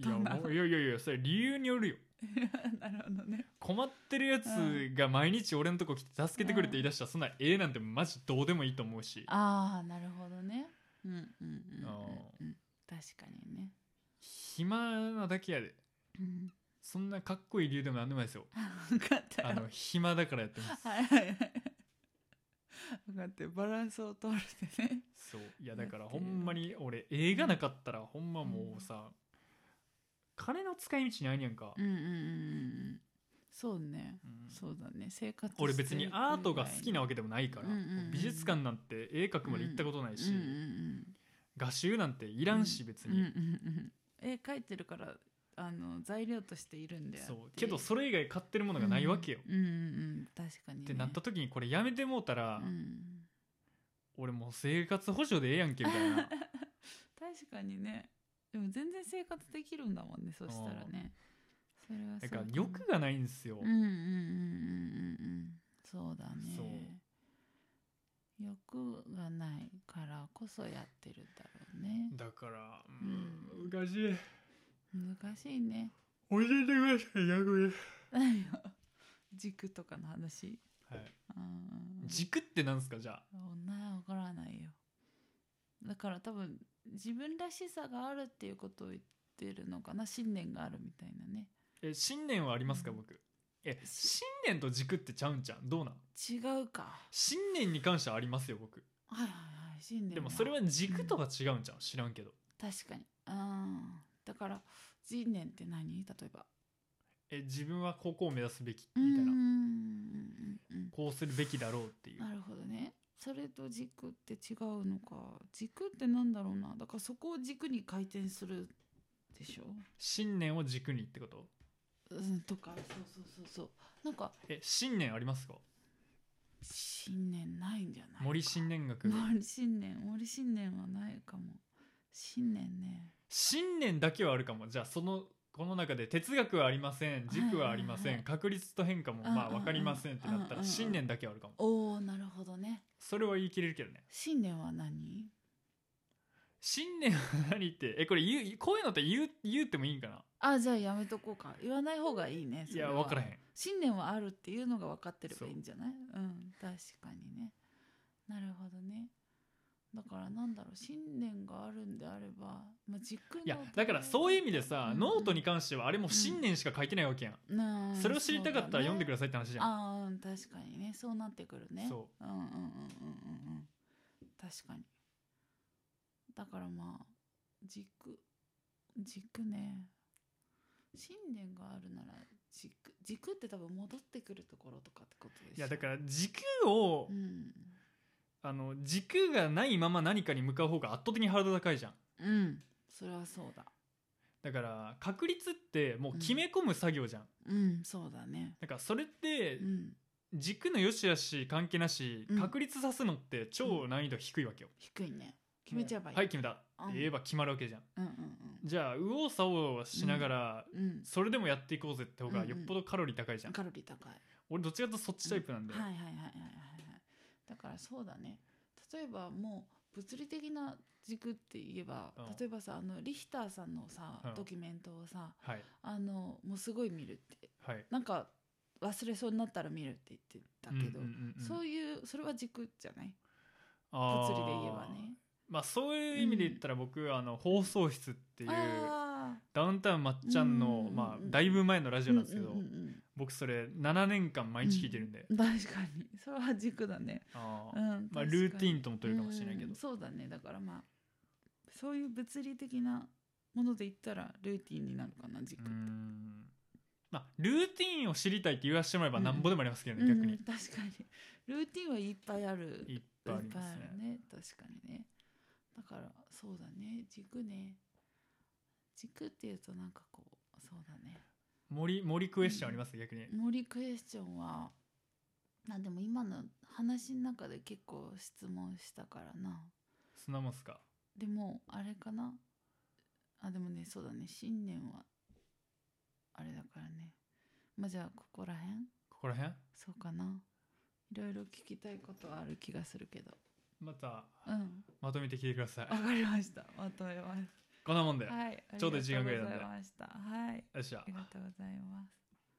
Speaker 1: いやもういやいやいやそれ理由によるよ
Speaker 2: なるほどね
Speaker 1: 困ってるやつが毎日俺のとこ来て助けてくれって言い出したらそんなええなんてマジどうでもいいと思うし
Speaker 2: ああなるほどねうんうんうん
Speaker 1: あ
Speaker 2: うんうん確かにね、
Speaker 1: 暇なだけやで
Speaker 2: うん、
Speaker 1: そんなかっこいい理由でもなんでもないです よ
Speaker 2: 分かったよ
Speaker 1: あの暇だからやってま
Speaker 2: はいはいはい分かってバランスを取るでね
Speaker 1: すそういやだからほんまに俺映画なかったらほんまもうさ金の使い道ないねやんか、
Speaker 2: うんうんうんうんそうね
Speaker 1: うん
Speaker 2: そうだね生活
Speaker 1: 俺別にアートが好きなわ
Speaker 2: け
Speaker 1: けでもないから、
Speaker 2: うんうんうん
Speaker 1: 美術館なんて絵描くまで行ったことないし、
Speaker 2: うんうん
Speaker 1: 画集なんていらんし別
Speaker 2: うんうんうん
Speaker 1: に、
Speaker 2: うん絵描いてるからあの材料としているんだよ
Speaker 1: そうけどそれ以外買ってるものがないわけよ、
Speaker 2: うんうんうん確かにね
Speaker 1: ってなった時にこれやめてもうたら、
Speaker 2: うん
Speaker 1: 俺もう生活保障でええやんけみ たいな
Speaker 2: 確かにねでも全然生活できるんだもんねそしたらねそれは
Speaker 1: だ
Speaker 2: そう
Speaker 1: か
Speaker 2: だ
Speaker 1: ら
Speaker 2: ね
Speaker 1: 欲がないんですよ、
Speaker 2: うんうんうんうんうんうんそうだ
Speaker 1: そう
Speaker 2: ね欲がないからこそやってるだろうね
Speaker 1: だから
Speaker 2: う
Speaker 1: うんおかしい
Speaker 2: 難しいね
Speaker 1: 教えてくださいやこれ、
Speaker 2: 何よ軸とかの話
Speaker 1: はい、
Speaker 2: うん
Speaker 1: 軸ってなんですかじゃあ
Speaker 2: 女は分からないよだから多分自分らしさがあるっていうことを言ってるのかな信念があるみたいなね
Speaker 1: え信念はありますか
Speaker 2: うん
Speaker 1: 僕え信念と軸ってちゃうんちゃんどうなん
Speaker 2: 違うか
Speaker 1: 信念に関してはありますよ僕
Speaker 2: はいはいはい信念
Speaker 1: でもそれは軸とは違うんちゃう知らんけど
Speaker 2: 確かにうんだから信念って何例えば
Speaker 1: え自分はここを目指すべき
Speaker 2: うーん
Speaker 1: みたいな
Speaker 2: うんうん
Speaker 1: こうするべきだろうっていう
Speaker 2: なるほどねそれと軸って違うのか軸ってなんだろうなだからそこを軸に回転するでしょ、
Speaker 1: 信念を軸にってこと
Speaker 2: うん、とかそうそうそうそうなんか
Speaker 1: え信念ありますか
Speaker 2: 信念ないんじゃないか
Speaker 1: 森信念学
Speaker 2: 森信念森信念はないかも信念ね
Speaker 1: 信念だけはあるかもじゃあそのこの中で哲学はありません軸はありません、
Speaker 2: はいはいはい
Speaker 1: 確率と変化もまあ
Speaker 2: うんうんうん
Speaker 1: 分かりませんってなった
Speaker 2: うんうんう
Speaker 1: ら
Speaker 2: ん
Speaker 1: 信念だけはあるかも
Speaker 2: おおなるほどね
Speaker 1: それは言い切れるけどね
Speaker 2: 信念は何
Speaker 1: 信念は何ってえこれ言うこういうのって言う言うてもいいんかな
Speaker 2: あじゃあやめとこうか言わない方がいいね
Speaker 1: いや分からへ
Speaker 2: ん
Speaker 1: ん
Speaker 2: 信念はあるっていうのが分かってればいいんじゃないうん確かにねなるほどねだからなんだろう信念があるんであれば、まあ、軸の
Speaker 1: いやだからそういう意味でさ、
Speaker 2: うん
Speaker 1: ノートに関してはあれも信念しか書いてないわけやん、
Speaker 2: うん
Speaker 1: それを知りたかったら読んでく
Speaker 2: だ
Speaker 1: ださいって話じゃん、
Speaker 2: ああーうん確かにねそうなってくるね
Speaker 1: そ
Speaker 2: うんうんうんうんうんうん確かにだからまあ軸軸ね信念があるなら軸軸って多分戻ってくるところとかってことでしょ
Speaker 1: いやだから軸を、
Speaker 2: うん
Speaker 1: あの軸がないまま何かに向かう方が圧倒的にハードル高いじゃん
Speaker 2: うんそれはそうだ
Speaker 1: だから確率ってもう決め込む作業じゃん、
Speaker 2: うんそうだね
Speaker 1: だからそれって
Speaker 2: うん
Speaker 1: 軸の良し悪し関係なし、
Speaker 2: うん
Speaker 1: 確率さすのって超難易度低いわけよ、
Speaker 2: 低いね決めちゃえばいい、
Speaker 1: はい決めたって
Speaker 2: うん
Speaker 1: 言えば決まるわけじゃん、
Speaker 2: うんうん
Speaker 1: じゃあ右往左往しながら、
Speaker 2: うん
Speaker 1: それでもやっていこうぜって方がよっぽどカロリー高いじ
Speaker 2: う
Speaker 1: ゃん、
Speaker 2: んカロリー高い
Speaker 1: 俺どっちかというとそっちタイプなんで、
Speaker 2: はいはいはいはいはいはいだからそうだね例えばもう物理的な軸って言えば、
Speaker 1: うん
Speaker 2: 例えばさあのリヒターさんのさ、
Speaker 1: うん
Speaker 2: ドキュメントをさ
Speaker 1: はい
Speaker 2: あのもうすごい見るって
Speaker 1: はい
Speaker 2: なんか忘れそうになったら見るって言ってたけど、
Speaker 1: うんうんうん
Speaker 2: そういうそれは軸じゃない
Speaker 1: あ
Speaker 2: 物
Speaker 1: ー
Speaker 2: 理で言えばね。
Speaker 1: まあそういう意味で言ったら僕、あの放送室っていう
Speaker 2: あ
Speaker 1: ダウンタウンまっちゃん
Speaker 2: うんうん
Speaker 1: の、
Speaker 2: うん
Speaker 1: まあ、だいぶ前のラ
Speaker 2: あ
Speaker 1: ジオなんですけど、
Speaker 2: うんうん
Speaker 1: 僕それ7年間毎日聞いてるんで、
Speaker 2: うん 確かにそれは軸だね。
Speaker 1: あー
Speaker 2: うん、
Speaker 1: まあ、
Speaker 2: 確かに
Speaker 1: ルーティーンとも取れるかもしれないけ
Speaker 2: う
Speaker 1: ど
Speaker 2: ん、そうだねだからまあそういう物理的なもので言ったらルーティンになるかな軸
Speaker 1: うーんまあ、ルーティンを知りたいって言わせてもらえば
Speaker 2: うん
Speaker 1: なんぼでもありますけどね、
Speaker 2: うん
Speaker 1: 逆に
Speaker 2: 確かにルーティンはいっぱいある
Speaker 1: いっぱいあります
Speaker 2: いっぱいある
Speaker 1: ね
Speaker 2: ね確かにねだからそうだね軸ね軸っていうとなんかこうそうだね
Speaker 1: 森森クエスチョンあります逆に、
Speaker 2: 森クエスチョンはなでも今の話の中で結構質問したからな
Speaker 1: そんなもんっすか
Speaker 2: でもあれかなあでもねそうだね新年はあれだからねまあじゃあここら辺
Speaker 1: ここら辺
Speaker 2: そうかないろいろ聞きたいことはある気がするけど
Speaker 1: また
Speaker 2: うん
Speaker 1: まとめて聞いてください
Speaker 2: わかりましたまとめます
Speaker 1: こんなもんで、
Speaker 2: はい
Speaker 1: ちょうど一時間ぐらい
Speaker 2: あ
Speaker 1: なん
Speaker 2: り
Speaker 1: で
Speaker 2: がとうございましたはい
Speaker 1: よっしゃ
Speaker 2: ありがとうございます